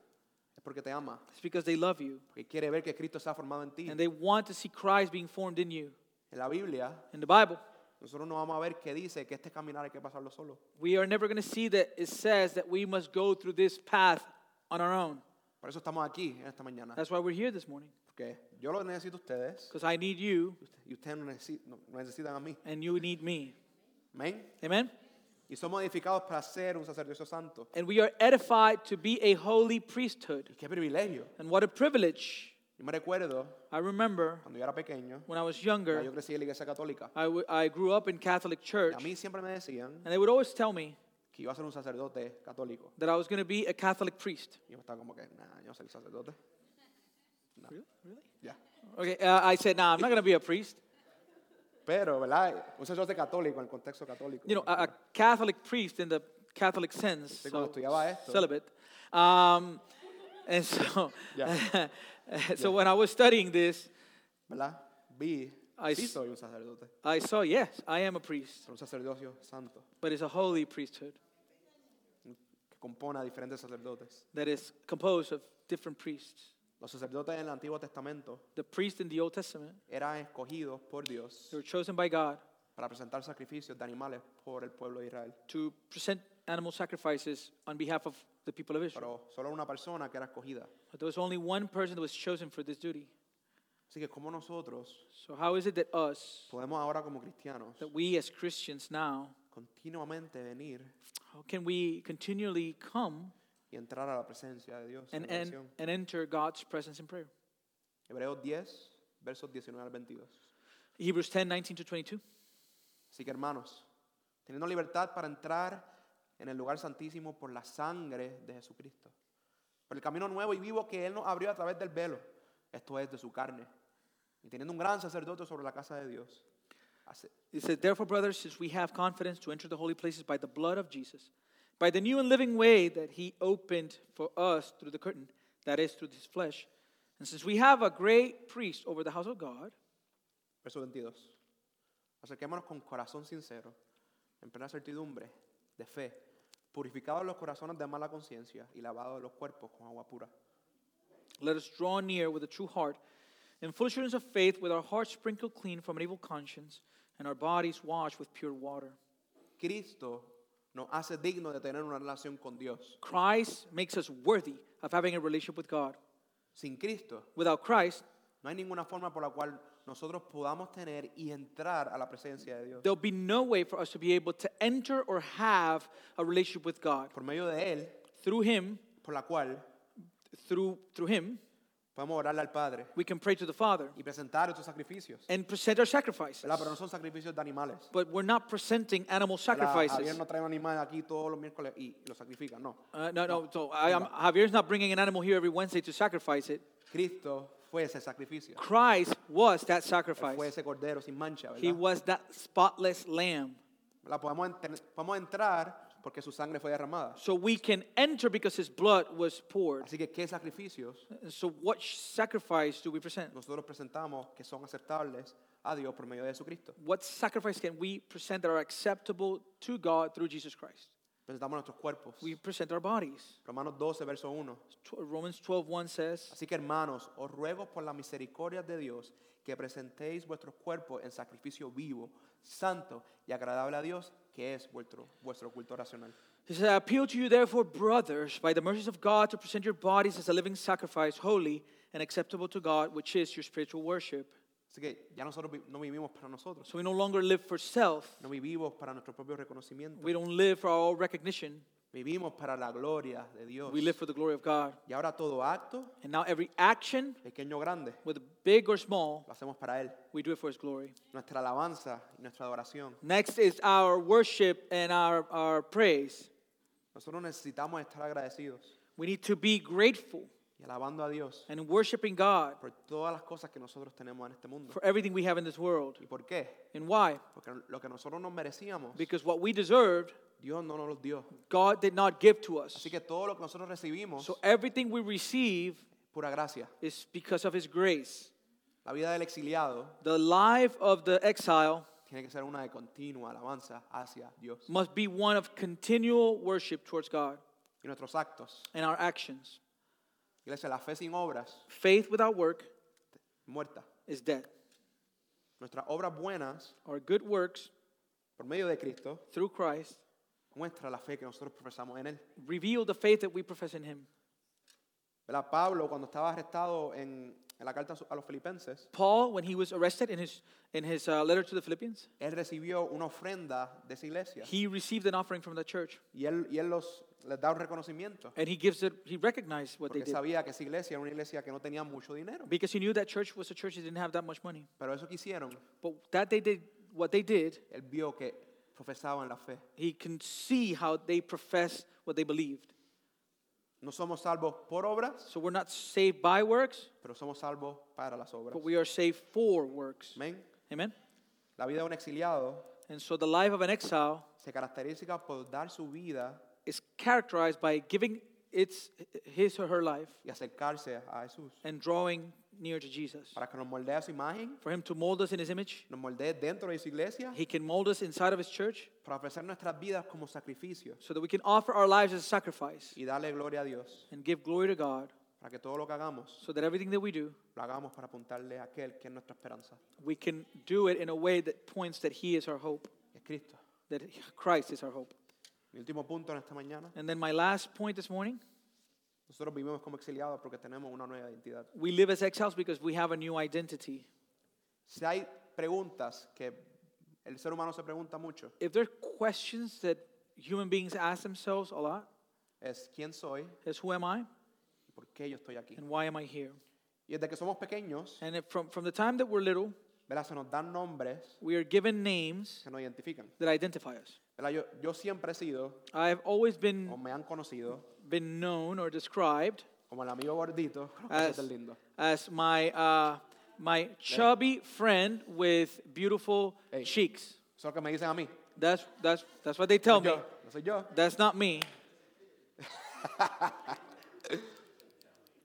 es porque te ama,
it's because they love you
porque quiere ver que Cristo se ha formado en ti.
and they want to see Christ being formed in you.
En la Biblia,
In the Bible,
Nosotros no vamos a ver qué dice que este caminar hay que pasarlo solo.
We are never going to see that it says that we must go through this path on our own.
Por eso estamos aquí en esta mañana.
That's why we're here this morning,
Porque yo lo necesito a ustedes
because I need you
y ustedes no necesi- no- me necesitan a mí.
and you need me.
Amén.
Amen?
Y somos edificados para ser un sacerdocio santo.
And we are edified to be a holy priesthood.
Y qué privilegio.
And what a privilege.
Yo me recuerdo
I remember
cuando yo era pequeño,
when I was
ya yo
younger,
crecí en la iglesia católica.
I, w- I grew up in Catholic
Y
church,
a mí siempre me decían
and they would always tell me
que iba a ser un sacerdote católico.
that I was going to be a Catholic priest.
Y yo estaba como que, nah, yo no soy sacerdote.
Really? really?
Ya.
Okay, uh, I said, nah, I'm not going to be a priest.
Pero, ¿verdad? Un sacerdote católico, en el contexto católico.
You know, a, a Catholic priest in the Catholic sense,
Sí, cuando
so
estudiaba esto.
celibate. Um, and so,
Yeah.
so when I was studying this,
¿verdad? Vi,
Ay,
sí
s-
soy un sacerdote,
I saw, yes, I am a priest,
soy un sacerdocio santo
but it's a holy priesthood
que compone a diferentes sacerdotes.
that is composed of different priests.
Los sacerdotes en el Antiguo Testamento
The priests in the Old Testament,
eran escogidos por Dios
they were chosen by God
para presentar sacrificios de animales por el pueblo de Israel.
to present animal sacrifices on behalf of the people of Israel.
Pero solo una persona que era escogida.
But there was only one person that was chosen for this duty.
Así que como nosotros
So how is it that us,
podemos ahora como cristianos
that we as Christians now,
continuamente venir
how can we continually come
y entrar a la presencia de Dios en
and, and,
oración?
and enter God's presence in prayer?
Hebreos 10, versos 19 al 22.
Hebrews 10, 19 to 22.
Así que hermanos, teniendo libertad para entrar en el lugar santísimo por la sangre de Jesucristo, por el camino nuevo y vivo que Él nos abrió a través del velo, esto es de su carne, y teniendo un gran sacerdote sobre la casa de Dios. Así-
It says, Therefore, brothers, since we have confidence to enter the holy places by the blood of Jesus, by the new and living way that he opened for us through the curtain, that is, through his flesh, and since we have a great priest over the house of God,
Verso 22. Acerquémonos con corazón sincero, en plena certidumbre, de fe, purificados los corazones de mala conciencia y lavados los cuerpos con agua pura.
let us draw near with a true heart, in full assurance of faith, with our hearts sprinkled clean from an evil conscience, and our bodies washed with pure water.
Cristo nos hace dignos de tener una relación con Dios.
Christ makes us worthy of having a relationship with God.
Sin Cristo
Without Christ,
No hay ninguna forma por la cual nosotros podamos tener y entrar a la presencia de Dios.
there'll be no way for us to be able to enter or have a relationship with God.
Por medio de Él,
Through him,
por la cual
through through him
podemos orarle al Padre
we can pray to the father
y presentar estos sacrificios.
and present our sacrifices
¿verdad? Pero no son sacrificios de animales.
but we're not presenting animal
¿verdad? Javier
sacrifices
no trae un animal aquí todos los miércoles y lo sacrifican. No.
uh, no no so I am, javier's not bringing an animal here every wednesday to sacrifice it
Cristo fue ese sacrificio.
christ was that
Él
sacrifice
fue ese cordero sin mancha. ¿verdad?
he was that spotless lamb
¿Verdad? Podemos, enter- podemos entrar porque su sangre fue derramada.
so we can enter because his blood was poured
Así que, ¿qué sacrificios
so what sacrifice do we present
nosotros presentamos que son aceptables a Dios por medio de Jesucristo?
what sacrifice can we present that are acceptable to god through jesus christ
Presentamos nuestros cuerpos.
we present our bodies
Romanos 12, verso 1.
Tw- romans 12 says
Así que hermanos, os ruego por la misericordia de Dios que presentéis vuestros cuerpos en sacrificio vivo, santo y agradable a Dios, que es vuestro, vuestro culto racional.
He said, I appeal to you, therefore, brothers, by the mercies of God, to present your bodies as a living sacrifice, holy and acceptable to God, which is your spiritual worship.
Así que ya nosotros vi- no vivimos para nosotros,
So we no longer live for self,
no vivimos para nuestro propio reconocimiento,
we don't live for our own recognition,
vivimos para la gloria de Dios.
we live for the glory of God.
Y ahora todo acto,
And now every action,
pequeño o grande,
whether big or small,
lo hacemos para Él.
we do it for His glory.
Nuestra alabanza y nuestra adoración.
Next is our worship and our, our praise.
Nosotros necesitamos estar agradecidos
We need to be grateful
y alabando a Dios
and worshiping God
por todas las cosas que nosotros tenemos en este mundo.
for everything we have in this world.
¿Y por qué?
And why?
Porque lo que nosotros nos merecíamos,
Because what we deserved,
Dios no nos lo dio.
God did not give to us.
Así que todo lo que nosotros recibimos,
So everything we receive
pura gracia.
is because of His grace.
La vida del exiliado
The life of the exile
tiene que ser una de continua alabanza hacia Dios.
must be one of continual worship towards God
Y nuestros actos.
and our actions.
Iglesia, la fe sin obras,
Faith without work
muerta.
is dead.
Nuestras obras buenas
Our good works
por medio de Cristo,
through Christ,
muestra la fe que nosotros profesamos en Él.
reveal the faith that we profess in Him.
¿Verdad? Pablo, cuando estaba arrestado en, en la carta a su- a los filipenses,
Paul, when he was arrested in his, in his uh, letter to the Philippians,
él recibió una ofrenda de esa iglesia
he received an offering from the church
y él, y él los, les da un reconocimiento
and he gives it, he recognized what they
porque
did
sabía que esa iglesia era una iglesia que no tenía mucho dinero.
because he knew that church was a church that didn't have that much money.
Pero eso que hicieron,
But that they did, what they did,
él vio que profesaban la fe.
he can see how they professed what they believed.
No somos salvos por obras,
So we're not saved by works,
pero somos salvos para las obras.
but we are saved for works.
Amén.
Amen?
La vida de un exiliado
And so the life of an exile
se caracteriza por dar su vida
is characterized by giving its, his or her life
y acercarse a Jesús
and drawing near to Jesus.
para que nos moldee a su imagen,
For him to mold us in his image,
nos moldee dentro de su iglesia
he can mold us inside of his church
para ofrecer nuestras vidas como sacrificio
so that we can offer our lives as a sacrifice
y darle gloria a Dios
and give glory to God
para que todo lo que hagamos
so that everything that we do,
lo hagamos para apuntarle a aquel que es nuestra esperanza,
we can do it in a way that points that he is our hope,
que es Cristo.
that Christ is our hope.
Mi último punto en esta mañana,
And then my last point this morning,
nosotros vivimos como exiliados porque tenemos una nueva identidad.
we live as exiles because we have a new identity.
Si hay preguntas que el ser humano se pregunta mucho,
If there are questions that human beings ask themselves a lot,
es quién soy
is who am I
y por qué yo estoy aquí.
and why am I here?
Y desde que somos pequeños,
And if from, from the time that we're little,
¿verdad? se nos dan nombres
we are given names
que nos identifican.
that identify us.
¿Verdad? Yo, yo siempre he sido,
I've always
o
been,
me han conocido,
been known or described
como el amigo gordito, con los
As-
cachetes lindos.
as my, uh, my chubby friend with beautiful
Hey.
cheeks.
Eso es lo que me dicen a mí.
That's, that's, that's what they tell me.
Yo, no soy yo.
That's not me.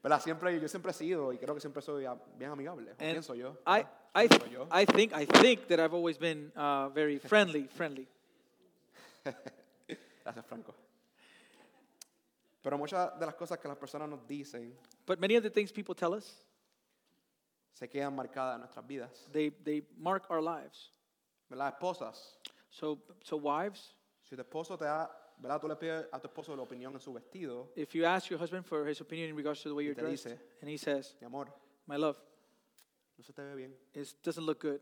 ¿Verdad? Siempre, yo siempre he sido, y creo que siempre soy ah, bien amigable. ¿O ¿Quién soy yo?
I,
¿Verdad?
I,
¿Quién soy yo?
I think I think that I've always been uh, very friendly, friendly.
Gracias, Franco. Pero muchas de las cosas que las personas nos dicen
But many of the things people tell us,
se quedan marcadas en nuestras vidas.
they, they mark our lives.
¿Verdad? Esposas.
So so wives,
Si tu esposo te da, ¿verdad? Tú le pides a tu esposo la opinión en su vestido,
if you ask your husband for his opinion in regards to the way you're
te
dressed,
dice.
and he says,
mi amor,
"My love,
no se te ve bien.
it doesn't look good,"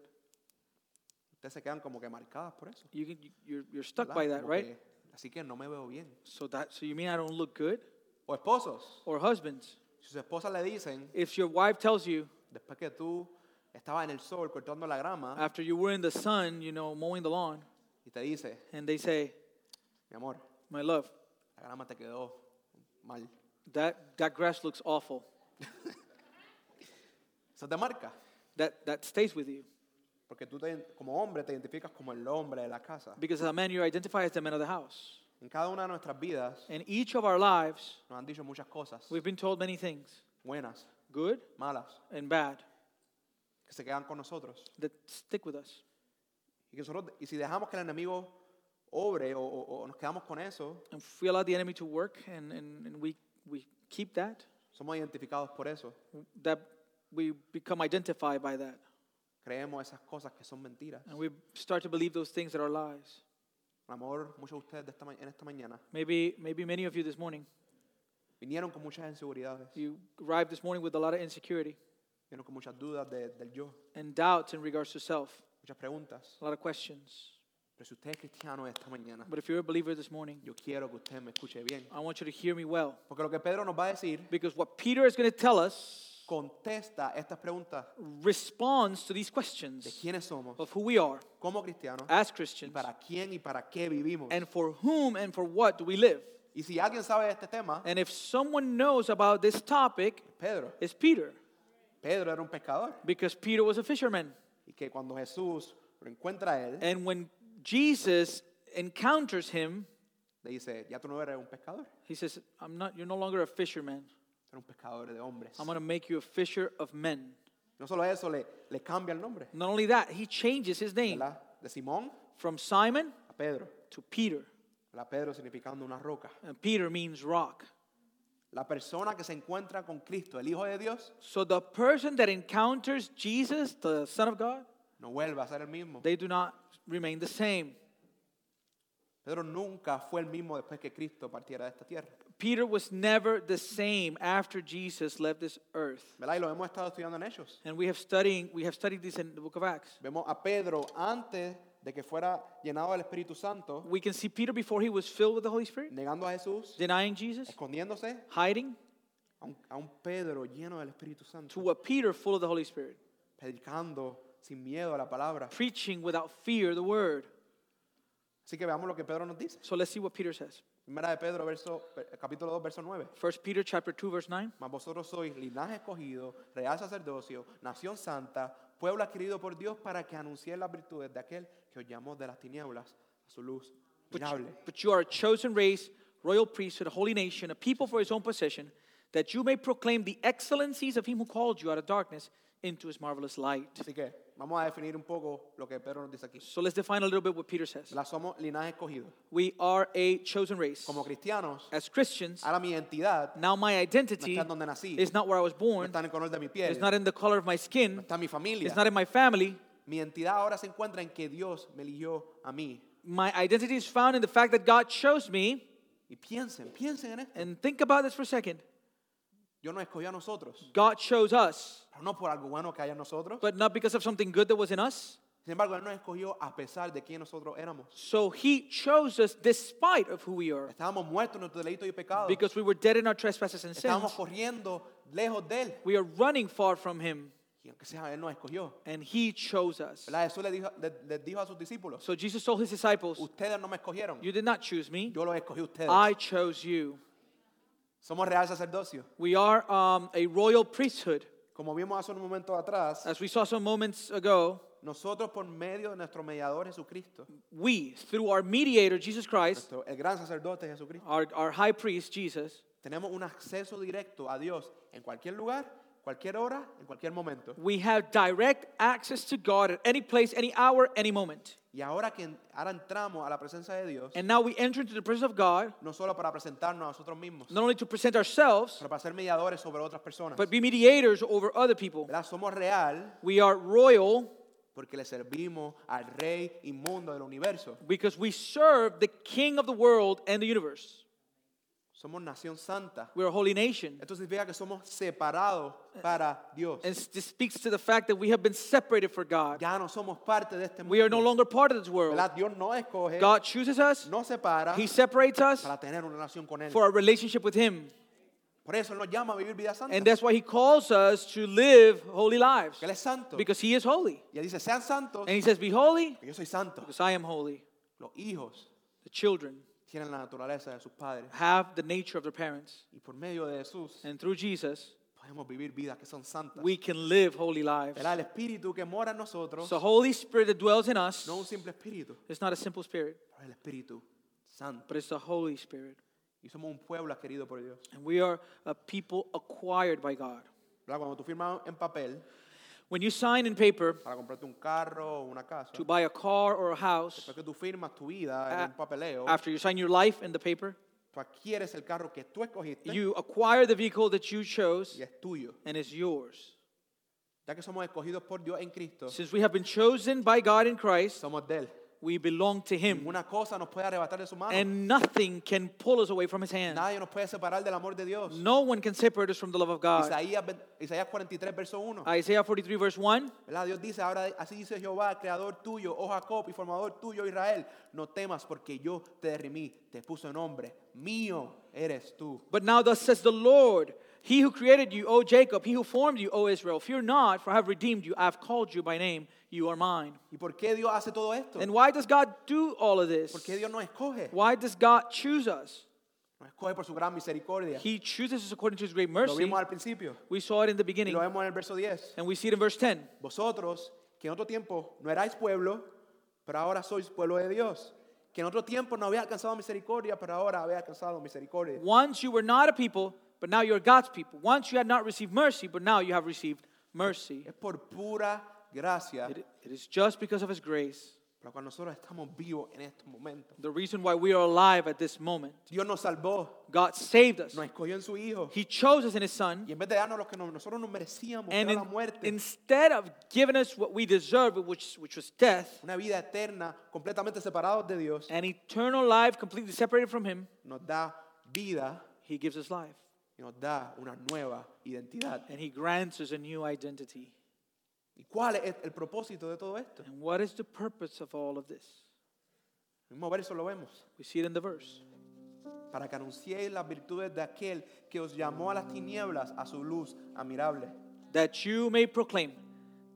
Ustedes se quedan como que marcadas por eso.
you can, you're, you're stuck
¿verdad?
by that,
Como
right?
que, así que no me veo bien.
So that so you mean I don't look good?
O esposos,
Or husbands,
si sus esposas le dicen,
if your wife tells you
después que tú estabas en el sol cortando la grama,
after you were in the sun, you know, mowing the lawn,
y te dice,
and they say,
mi amor,
"My love,
la grama te quedó mal.
that that grass looks awful."
Eso te marca,
That that stays with you.
porque tú te- como hombre te identificas como el hombre de la casa.
Because as a man, you're identified as the man of the house.
En cada una de nuestras vidas
In each of our lives,
nos han dicho muchas cosas,
we've been told many things,
buenas,
good
malas,
and bad,
que se quedan con nosotros.
that stick with us.
Y, que nosotros, y si dejamos que el enemigo obre o, o- o nos quedamos con eso,
And if we allow the enemy to work and, and, and we, we keep that,
somos identificados por eso.
that we become identified by that.
Creemos esas cosas que son mentiras.
And we start to believe those things that are lies.
A lo mejor muchos de ustedes de esta ma- en esta mañana
Maybe, maybe many of you this morning,
vinieron con muchas inseguridades,
you arrived this morning with a lot of insecurity
vinieron con muchas dudas de- del yo,
and doubts in regards to self,
muchas preguntas.
a lot of questions.
Pero si usted es cristiano esta mañana,
But if you're a believer this morning,
yo quiero que usted me escuche bien.
I want you to hear me well.
Porque lo que Pedro nos va a decir
Because what Peter is going to tell us
contesta estas preguntas
responds to these
de
questions
quiénes somos
of who we are
como cristianos,
as Christians
para quién y para qué vivimos.
Ah, and for whom and for what do we live.
Y si alguien sabe de este tema,
And if someone knows about this topic,
Pedro.
it's Peter,
Pedro era un pescador.
because Peter was a fisherman.
Y que cuando Jesús lo encuentra a él,
And when Jesus encounters him,
le dice, ya tú no eres un pescador, tú
he says, I'm not, You're no longer a fisherman.
eres un pescador de hombres.
I'm going to make you a fisher of men.
No solo eso, le, le cambia el nombre.
Not only that, he changes his name
¿verdad? De Simón
from Simon
a Pedro.
to Peter.
La Pedro significando una roca.
And Peter means rock.
La persona que se encuentra con Cristo, el Hijo de Dios,
So the person that encounters Jesus, the Son of God,
no vuelve a ser el mismo.
they do not remain the same.
Pedro nunca fue el mismo después que Cristo partiera de esta tierra.
Peter was never the same after Jesus left this earth.
¿Verdad? Y lo hemos estado estudiando en Hechos.
And we have studying we have studied this in the book of Acts.
Vemos a Pedro antes de que fuera llenado del Espíritu Santo,
We can see Peter before he was filled with the Holy Spirit,
negando a Jesús,
denying Jesus,
escondiéndose,
hiding
a un, a un Pedro lleno del Espíritu Santo,
to a Peter full of the Holy Spirit,
predicando sin miedo a la palabra.
preaching without fear the word.
Así que veamos lo que Pedro nos dice.
So let's see what Peter says.
Primera de Pedro, verso, eh, capítulo 2, verso 9.
First Peter chapter 2 verse 9.
Mas vosotros sois linaje escogido, real sacerdocio, nación santa, pueblo adquirido por Dios para que anunciéis las virtudes de aquel que os llamó de las tinieblas a su luz
But you,
admirable.
but you are a chosen race, royal priesthood, a holy nation, a people for his own possession, that you may proclaim the excellencies of him who called you out of darkness into his marvelous light.
Así que vamos a definir un poco lo que Pedro nos dice aquí.
So let's define a little bit what Peter says.
La somos linaje escogido.
We are a chosen race.
Como cristianos,
As Christians,
ahora mi identidad
now my identity
No está donde nací.
is not where I was
no
born,
está en el color de mi piel,
it's not in the color of my
no
skin,
está en mi familia.
it's not in my family.
Mi identidad ahora se encuentra en que Dios me eligió a mí.
My identity is found in the fact that God chose me.
Y piensen, piensen en esto.
And think about this for a second.
Yo no escogí a nosotros,
God chose us,
pero no por algo bueno que haya en nosotros.
but not because of something good that was in us.
Sin embargo, Él nos escogió a pesar de quién nosotros éramos.
So he chose us despite of who we are,
Estábamos muertos en nuestros delitos y pecados.
because we were dead in our trespasses and sins.
Estábamos corriendo lejos de Él.
We are running far from him,
Y aunque sea, Él nos escogió.
and he chose us.
¿Verdad? Jesús les dijo, le- les dijo a sus discípulos,
So Jesus told his disciples,
ustedes no me escogieron,
You did not choose me,
yo los escogí a ustedes.
I chose you.
Somos real sacerdocio.
We are um, a royal priesthood.
Como vimos hace un momento atrás,
As we saw some moments ago,
nosotros por medio de nuestro mediador Jesucristo,
we, through our mediator, Jesus Christ,
nuestro- el gran sacerdote Jesucristo,
our, our high priest, Jesus,
tenemos un acceso directo a Dios en cualquier lugar, cualquier hora, en cualquier momento.
we have direct access to God at any place, any hour, any moment.
Y ahora que en- ahora entramos a la presencia de Dios,
And now we enter into the presence of God,
no solo para presentarnos a nosotros mismos,
not only to present ourselves,
pero para ser mediadores sobre otras personas.
but be mediators over other people.
¿Verdad? Somos real
We are royal
porque le servimos al rey inmundo del universo.
because we serve the King of the world and the universe.
Somos nación santa.
We're a holy nation.
Esto significa que somos separados para Dios.
And this speaks to the fact that we have been separated for God.
Ya no somos parte de este
We are no
mundo.
longer part of this world.
¿Verdad? Dios nos escoge,
God chooses us,
nos separa
He separates us
para tener una relación con Él.
for our relationship with Him.
Por eso Él nos llama a vivir vida santa.
And that's why He calls us to live holy lives
Que Él es santo.
because He is holy.
Y Él dice, sean santos,
And He says, Be holy
que yo soy santo.
because I am holy.
Los hijos
The children
tienen la naturaleza de sus padres.
have the nature of their parents.
Y por medio de Jesús
And through Jesus,
podemos vivir vidas que son santas.
we can live holy lives.
¿Verdad? El espíritu que mora en nosotros,
So, Holy Spirit that dwells in us
no un simple espíritu,
is not a simple spirit,
pero el espíritu santo.
but it's the Holy Spirit.
Y somos un pueblo adquirido por Dios.
And we are a people acquired by God.
¿Verdad? Cuando tú firmas en papel
When you sign in paper
para comprarte un carro o una casa,
to buy a car or a house,
después que tú firmas tu vida
Ah,
en un papeleo,
after you sign your life in the paper,
tú adquieres el carro que tú escogiste
you acquire the vehicle that you chose
y es tuyo.
and is yours.
Ya que somos escogidos por Dios en Cristo,
Since we have been chosen by God in Christ,
somos de Él.
we belong to Him.
Ninguna cosa nos puede arrebatar de su mano.
And nothing can pull us away from His hand.
Nadie nos puede separar del amor de Dios.
No one can separate us from the love of God.
Isaías, ve- Isaías 43, verso 1.
Isaiah 43, verse 1.
¿Verdad? Dios dice, ahora así dice Jehová, creador tuyo, oh Jacob y formador tuyo, Israel, no temas porque yo te derrimí, te puse nombre, mío eres tú.
But now, thus says the Lord, He who created you, O Jacob, He who formed you, O Israel, fear not, for I have redeemed you. I have called you by name. You are mine.
¿Y por qué Dios hace todo esto?
And why does God do all of this?
¿Por qué Dios nos escoge?
Why does God choose us?
Nos escoge por su gran misericordia.
He chooses us according to His great
Lo
mercy.
vimos al principio
We saw it in the
y
beginning,
lo vemos en el verso 10.
and we see it in verse 10.
Vosotros, que en otro tiempo no erais pueblo, pero ahora sois pueblo de Dios. Que en otro tiempo no había alcanzado misericordia, pero ahora había alcanzado misericordia.
Once you were not a people, but now you are God's people. Once you had not received mercy, but now you have received mercy.
Es por pura gracia,
It- it is just because of His grace.
por la cual nosotros estamos vivos en estos momentos.
The reason why we are alive at this moment.
Dios nos salvó,
God saved us.
nos escogió en su Hijo.
He chose us in His Son.
Y en vez de darnos lo que no- nosotros nos merecíamos, que
And
era la
in-
muerte,
instead of giving us what we deserve, which, which was death,
una vida eterna, completamente separados de Dios,
and eternal life completely separated from Him,
nos da vida
He gives us life.
y nos da una nueva identidad.
And He grants us a new identity.
¿Y cuál es el propósito de todo esto?
And what is the purpose of all of this?
El mismo verso lo vemos.
We see it in the verse.
Para que anunciéis las virtudes de aquel que os llamó a las tinieblas, a su luz admirable.
That you may proclaim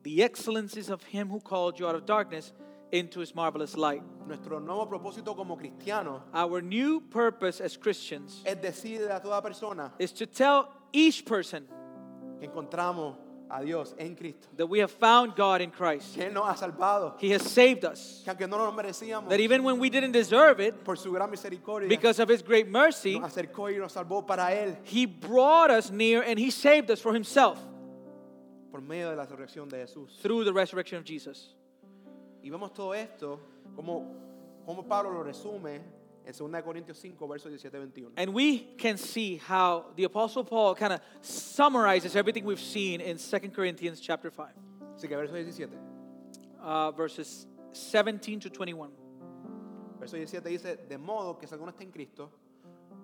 the excellencies of Him who called you out of darkness into His marvelous light.
Nuestro nuevo propósito como cristianos
Our new purpose as Christians
es decirle a toda persona
is to tell each person
que encontramos a Dios en Cristo,
that we have found God in Christ.
que Él nos ha salvado,
He has saved us.
que aunque no nos merecíamos,
That even when we didn't deserve it,
por su gran misericordia,
because of His great mercy,
nos acercó y nos salvó para Él
He brought us near and He saved us for Himself
por medio de la resurrección de Jesús.
through the resurrection of Jesus.
Y vemos todo esto como, como Pablo lo resume en 2 de Corintios 5, versos 17-21.
And we can see how the Apostle Paul kind of summarizes everything we've seen in 2 Corinthians chapter 5,
Así que verso 17.
uh, verses 17 to 21.
Verso 17 dice, de modo que si alguno está en Cristo,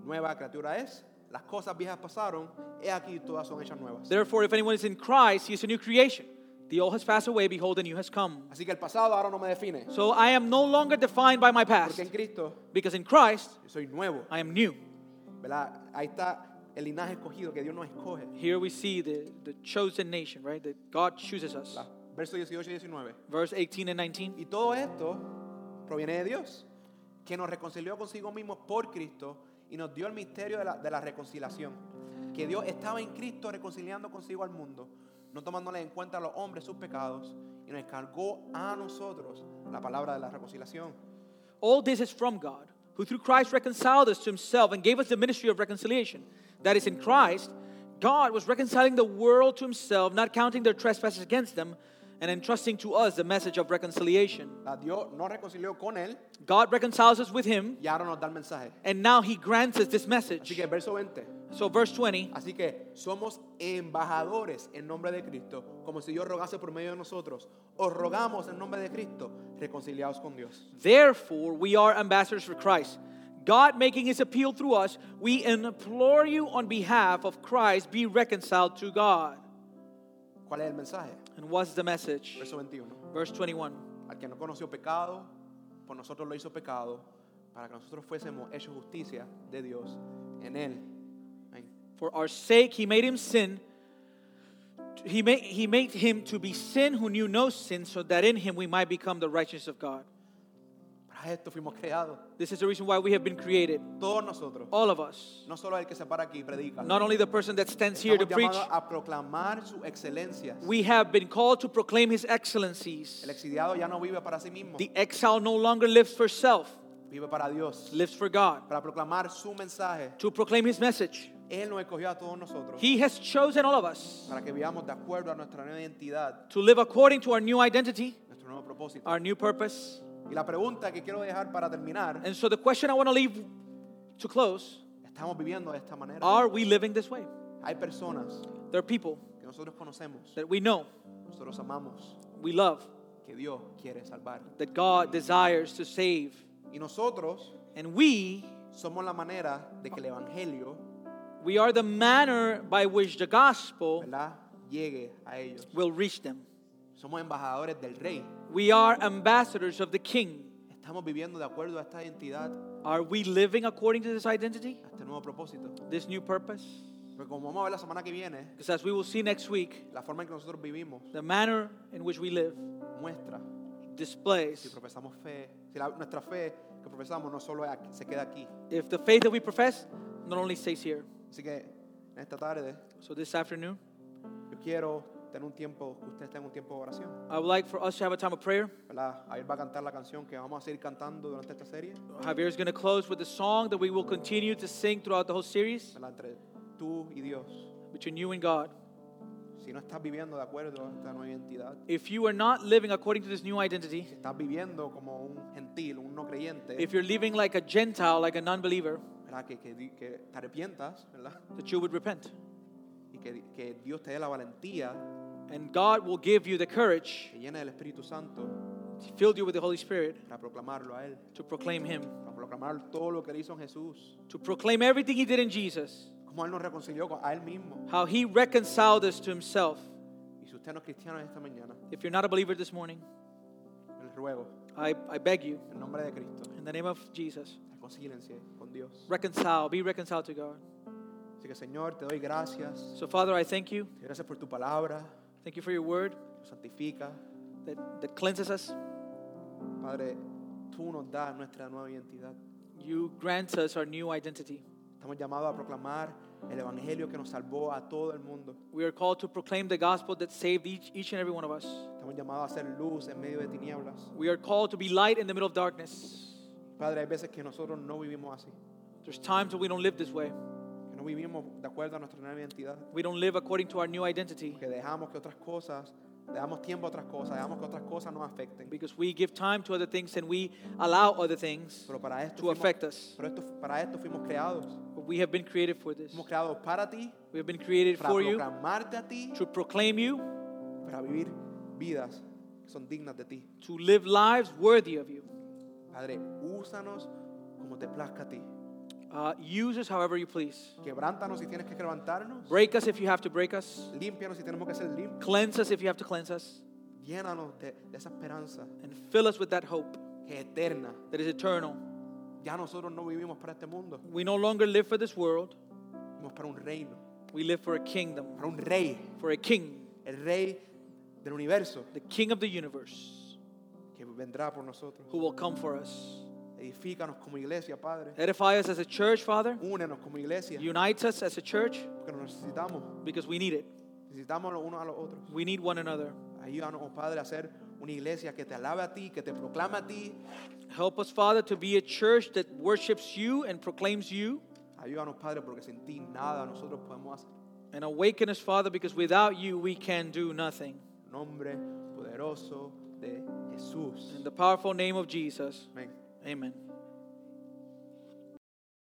nueva criatura es, las cosas viejas pasaron, he aquí todas son hechas nuevas.
Therefore, if anyone is in Christ, he is a new creation. The old has passed away, behold, the new has come.
Así que el pasado ahora no me define,
So I am no longer defined by my
porque
past,
en Cristo
because in Christ,
yo soy nuevo,
I am new.
¿verdad? Ahí está el linaje escogido que Dios nos escoge.
Here we see the, the chosen nation, right? That God chooses us.
¿verdad? Verso 18 y 19.
Verse 18 and 19.
Y todo esto proviene de Dios, que nos reconcilió consigo mismo por Cristo y nos dio el misterio de la, de la reconciliación. Que Dios estaba en Cristo reconciliando consigo al mundo, no tomándole en cuenta a los hombres sus pecados, y nos encargó a nosotros la palabra de la reconciliación.
All this is from God, who through Christ reconciled us to himself and gave us the ministry of reconciliation. That is, in Christ, God was reconciling the world to himself, not counting their trespasses against them, and entrusting to us the message of reconciliation.
La Dios nos reconcilió con Él
God reconciles us with him,
y ahora nos da el mensaje.
and now he grants us this
Así
message.
que verso 20.
So, verse 20
Así que somos embajadores en nombre de Cristo, como si Dios rogase por medio de nosotros. Os rogamos en nombre de Cristo, reconciliados con Dios.
Therefore, we are ambassadors for Christ. God making his appeal through us, we implore you on behalf of Christ, be reconciled to God.
¿Cuál es el mensaje?
And what's the message?
Verso 21.
Verse 21.
Al que no conoció pecado, por nosotros lo hizo pecado, para que nosotros fuésemos hechos justicia de Dios en él. Amén.
For our sake he made him sin. He made, he made him to be sin who knew no sin, so that in him we might become the righteousness of God.
Para esto fuimos creados,
This is the reason why we have been created,
todos nosotros.
all of us.
No solo el que se para aquí y predica.
Not only the person that stands here to
Estamos
preach,
llamados a proclamar sus excelencias.
we have been called to proclaim his excellencies.
El exiliado ya no vive para sí mismo,
The exile no longer lives for self,
vive para Dios.
lives for God.
Para proclamar su mensaje.
To proclaim his message,
Él nos escogió a todos nosotros
he has chosen all of us
para que vivamos de acuerdo a nuestra nueva identidad,
to live according to our new identity,
nuestro nuevo propósito.
our new purpose.
Y la pregunta que quiero dejar para terminar,
And so, the question I want to leave to close
estamos viviendo de esta manera.
are we living this way?
Hay personas
There are people
que nosotros conocemos,
that we know,
nosotros amamos,
we love,
que Dios quiere salvar.
that God desires to save.
Y nosotros
And we,
somos la manera de que el Evangelio
we are the manner by which the gospel
¿verdad? llegue a ellos.
will reach them.
Somos embajadores del Rey.
We are ambassadors of the King.
Estamos viviendo de acuerdo a esta identidad,
Are we living according to this identity,
a este nuevo propósito.
this new purpose?
Porque como vamos a ver la semana que viene,
Because as we will see next week,
la forma en que nosotros vivimos
the manner in which we live
muestra Si
displays
profesamos fe, si la- nuestra fe que profesamos no solo es aquí- se queda aquí.
if the faith that we profess not only stays here.
Así que en esta tarde
So this afternoon,
yo quiero tener un tiempo, que ustedes tengan un tiempo de oración.
I would like for us to have a time of prayer.
¿verdad? Javier va a cantar la canción que vamos a seguir cantando durante esta serie.
Javier is going to close with a song that we will continue to sing throughout the whole series
¿verdad? Entre tú y Dios.
between you and God.
si no estás viviendo de acuerdo a esta nueva identidad,
if you are not living according to this new identity,
si estás viviendo como un gentil, un no creyente,
if you're living like a Gentile, like a non believer,
¿verdad? Que, que di- que te arrepientas, ¿verdad?
that you would repent.
Y que, di- que Dios te dé la valentía,
And God will give you the courage,
que llene del Espíritu Santo
filled you with the Holy Spirit,
para proclamarlo a Él,
to proclaim Him,
para proclamar todo lo que Él hizo en Jesús,
to proclaim everything He did in Jesus,
como Él nos reconcilió con- a Él mismo.
how He reconciled us to Himself.
Y si usted no es cristiano en esta mañana,
If you're not a believer this morning,
les ruego,
I, I beg you,
en nombre de Cristo,
in the name of Jesus,
reconcílense con Dios.
reconcile, be reconciled to God.
Así que Señor, te doy gracias.
So, Father, I thank you.
Gracias por tu palabra,
Thank you for your word
nos santifica.
that, that cleanses us.
Padre, tú nos das nuestra nueva identidad.
You grant us our new identity.
Estamos llamados a proclamar el Evangelio que nos salvó a todo el mundo.
We are called to proclaim the gospel that saved each, each and every one of us.
Estamos llamados a ser luz en medio de tinieblas.
We are called to be light in the middle of darkness.
Padre, hay veces que nosotros no vivimos así,
There's times when we don't live this way.
que no vivimos de acuerdo a nuestra nueva identidad,
We don't live according to our new identity
que dejamos que otras cosas, le damos tiempo a otras cosas, dejamos que otras cosas nos afecten.
because we give time to other things and we allow other things.
Pero para esto,
To affect us.
pero esto- para esto fuimos creados.
But we have been created for this.
Fuimos creados para ti,
We have been created
para
for you
proclamarte a ti,
to proclaim you,
para vivir vidas que son dignas de ti.
to live lives worthy of you.
Padre, úsanos como te plazca a ti.
Uh, use us however you please.
Quebrántanos si tienes que quebrantarnos.
Break us if you have to break us.
Límpianos si tenemos que ser limpios.
Cleanse us if you have to cleanse us.
Llénanos de, de esa esperanza
And fill us with that hope
que es eterna.
that is eternal.
Ya nosotros no vivimos para este mundo,
We no longer live for this world,
vivimos para un reino,
we live for a kingdom,
para un rey,
for a king,
el rey del universo
the king of the universe,
que vendrá por nosotros.
who will come for us.
Edifícanos como iglesia, Padre.
Edify us as a church, Father.
Únenos como iglesia,
Unite us as a church
porque nos necesitamos.
because we need it.
Necesitamos los unos a los otros.
We need one another.
Ayúdanos, oh Padre, a ser una iglesia que te alabe a ti, que te proclama a ti.
Help us, Father, to be a church that worships you and proclaims you.
Ayúdanos, Padre, porque sin ti nada nosotros podemos hacer.
And awaken us, Father, because without you we can do nothing.
Nombre poderoso de Jesús.
In the powerful name of Jesus,
Amén.
amen.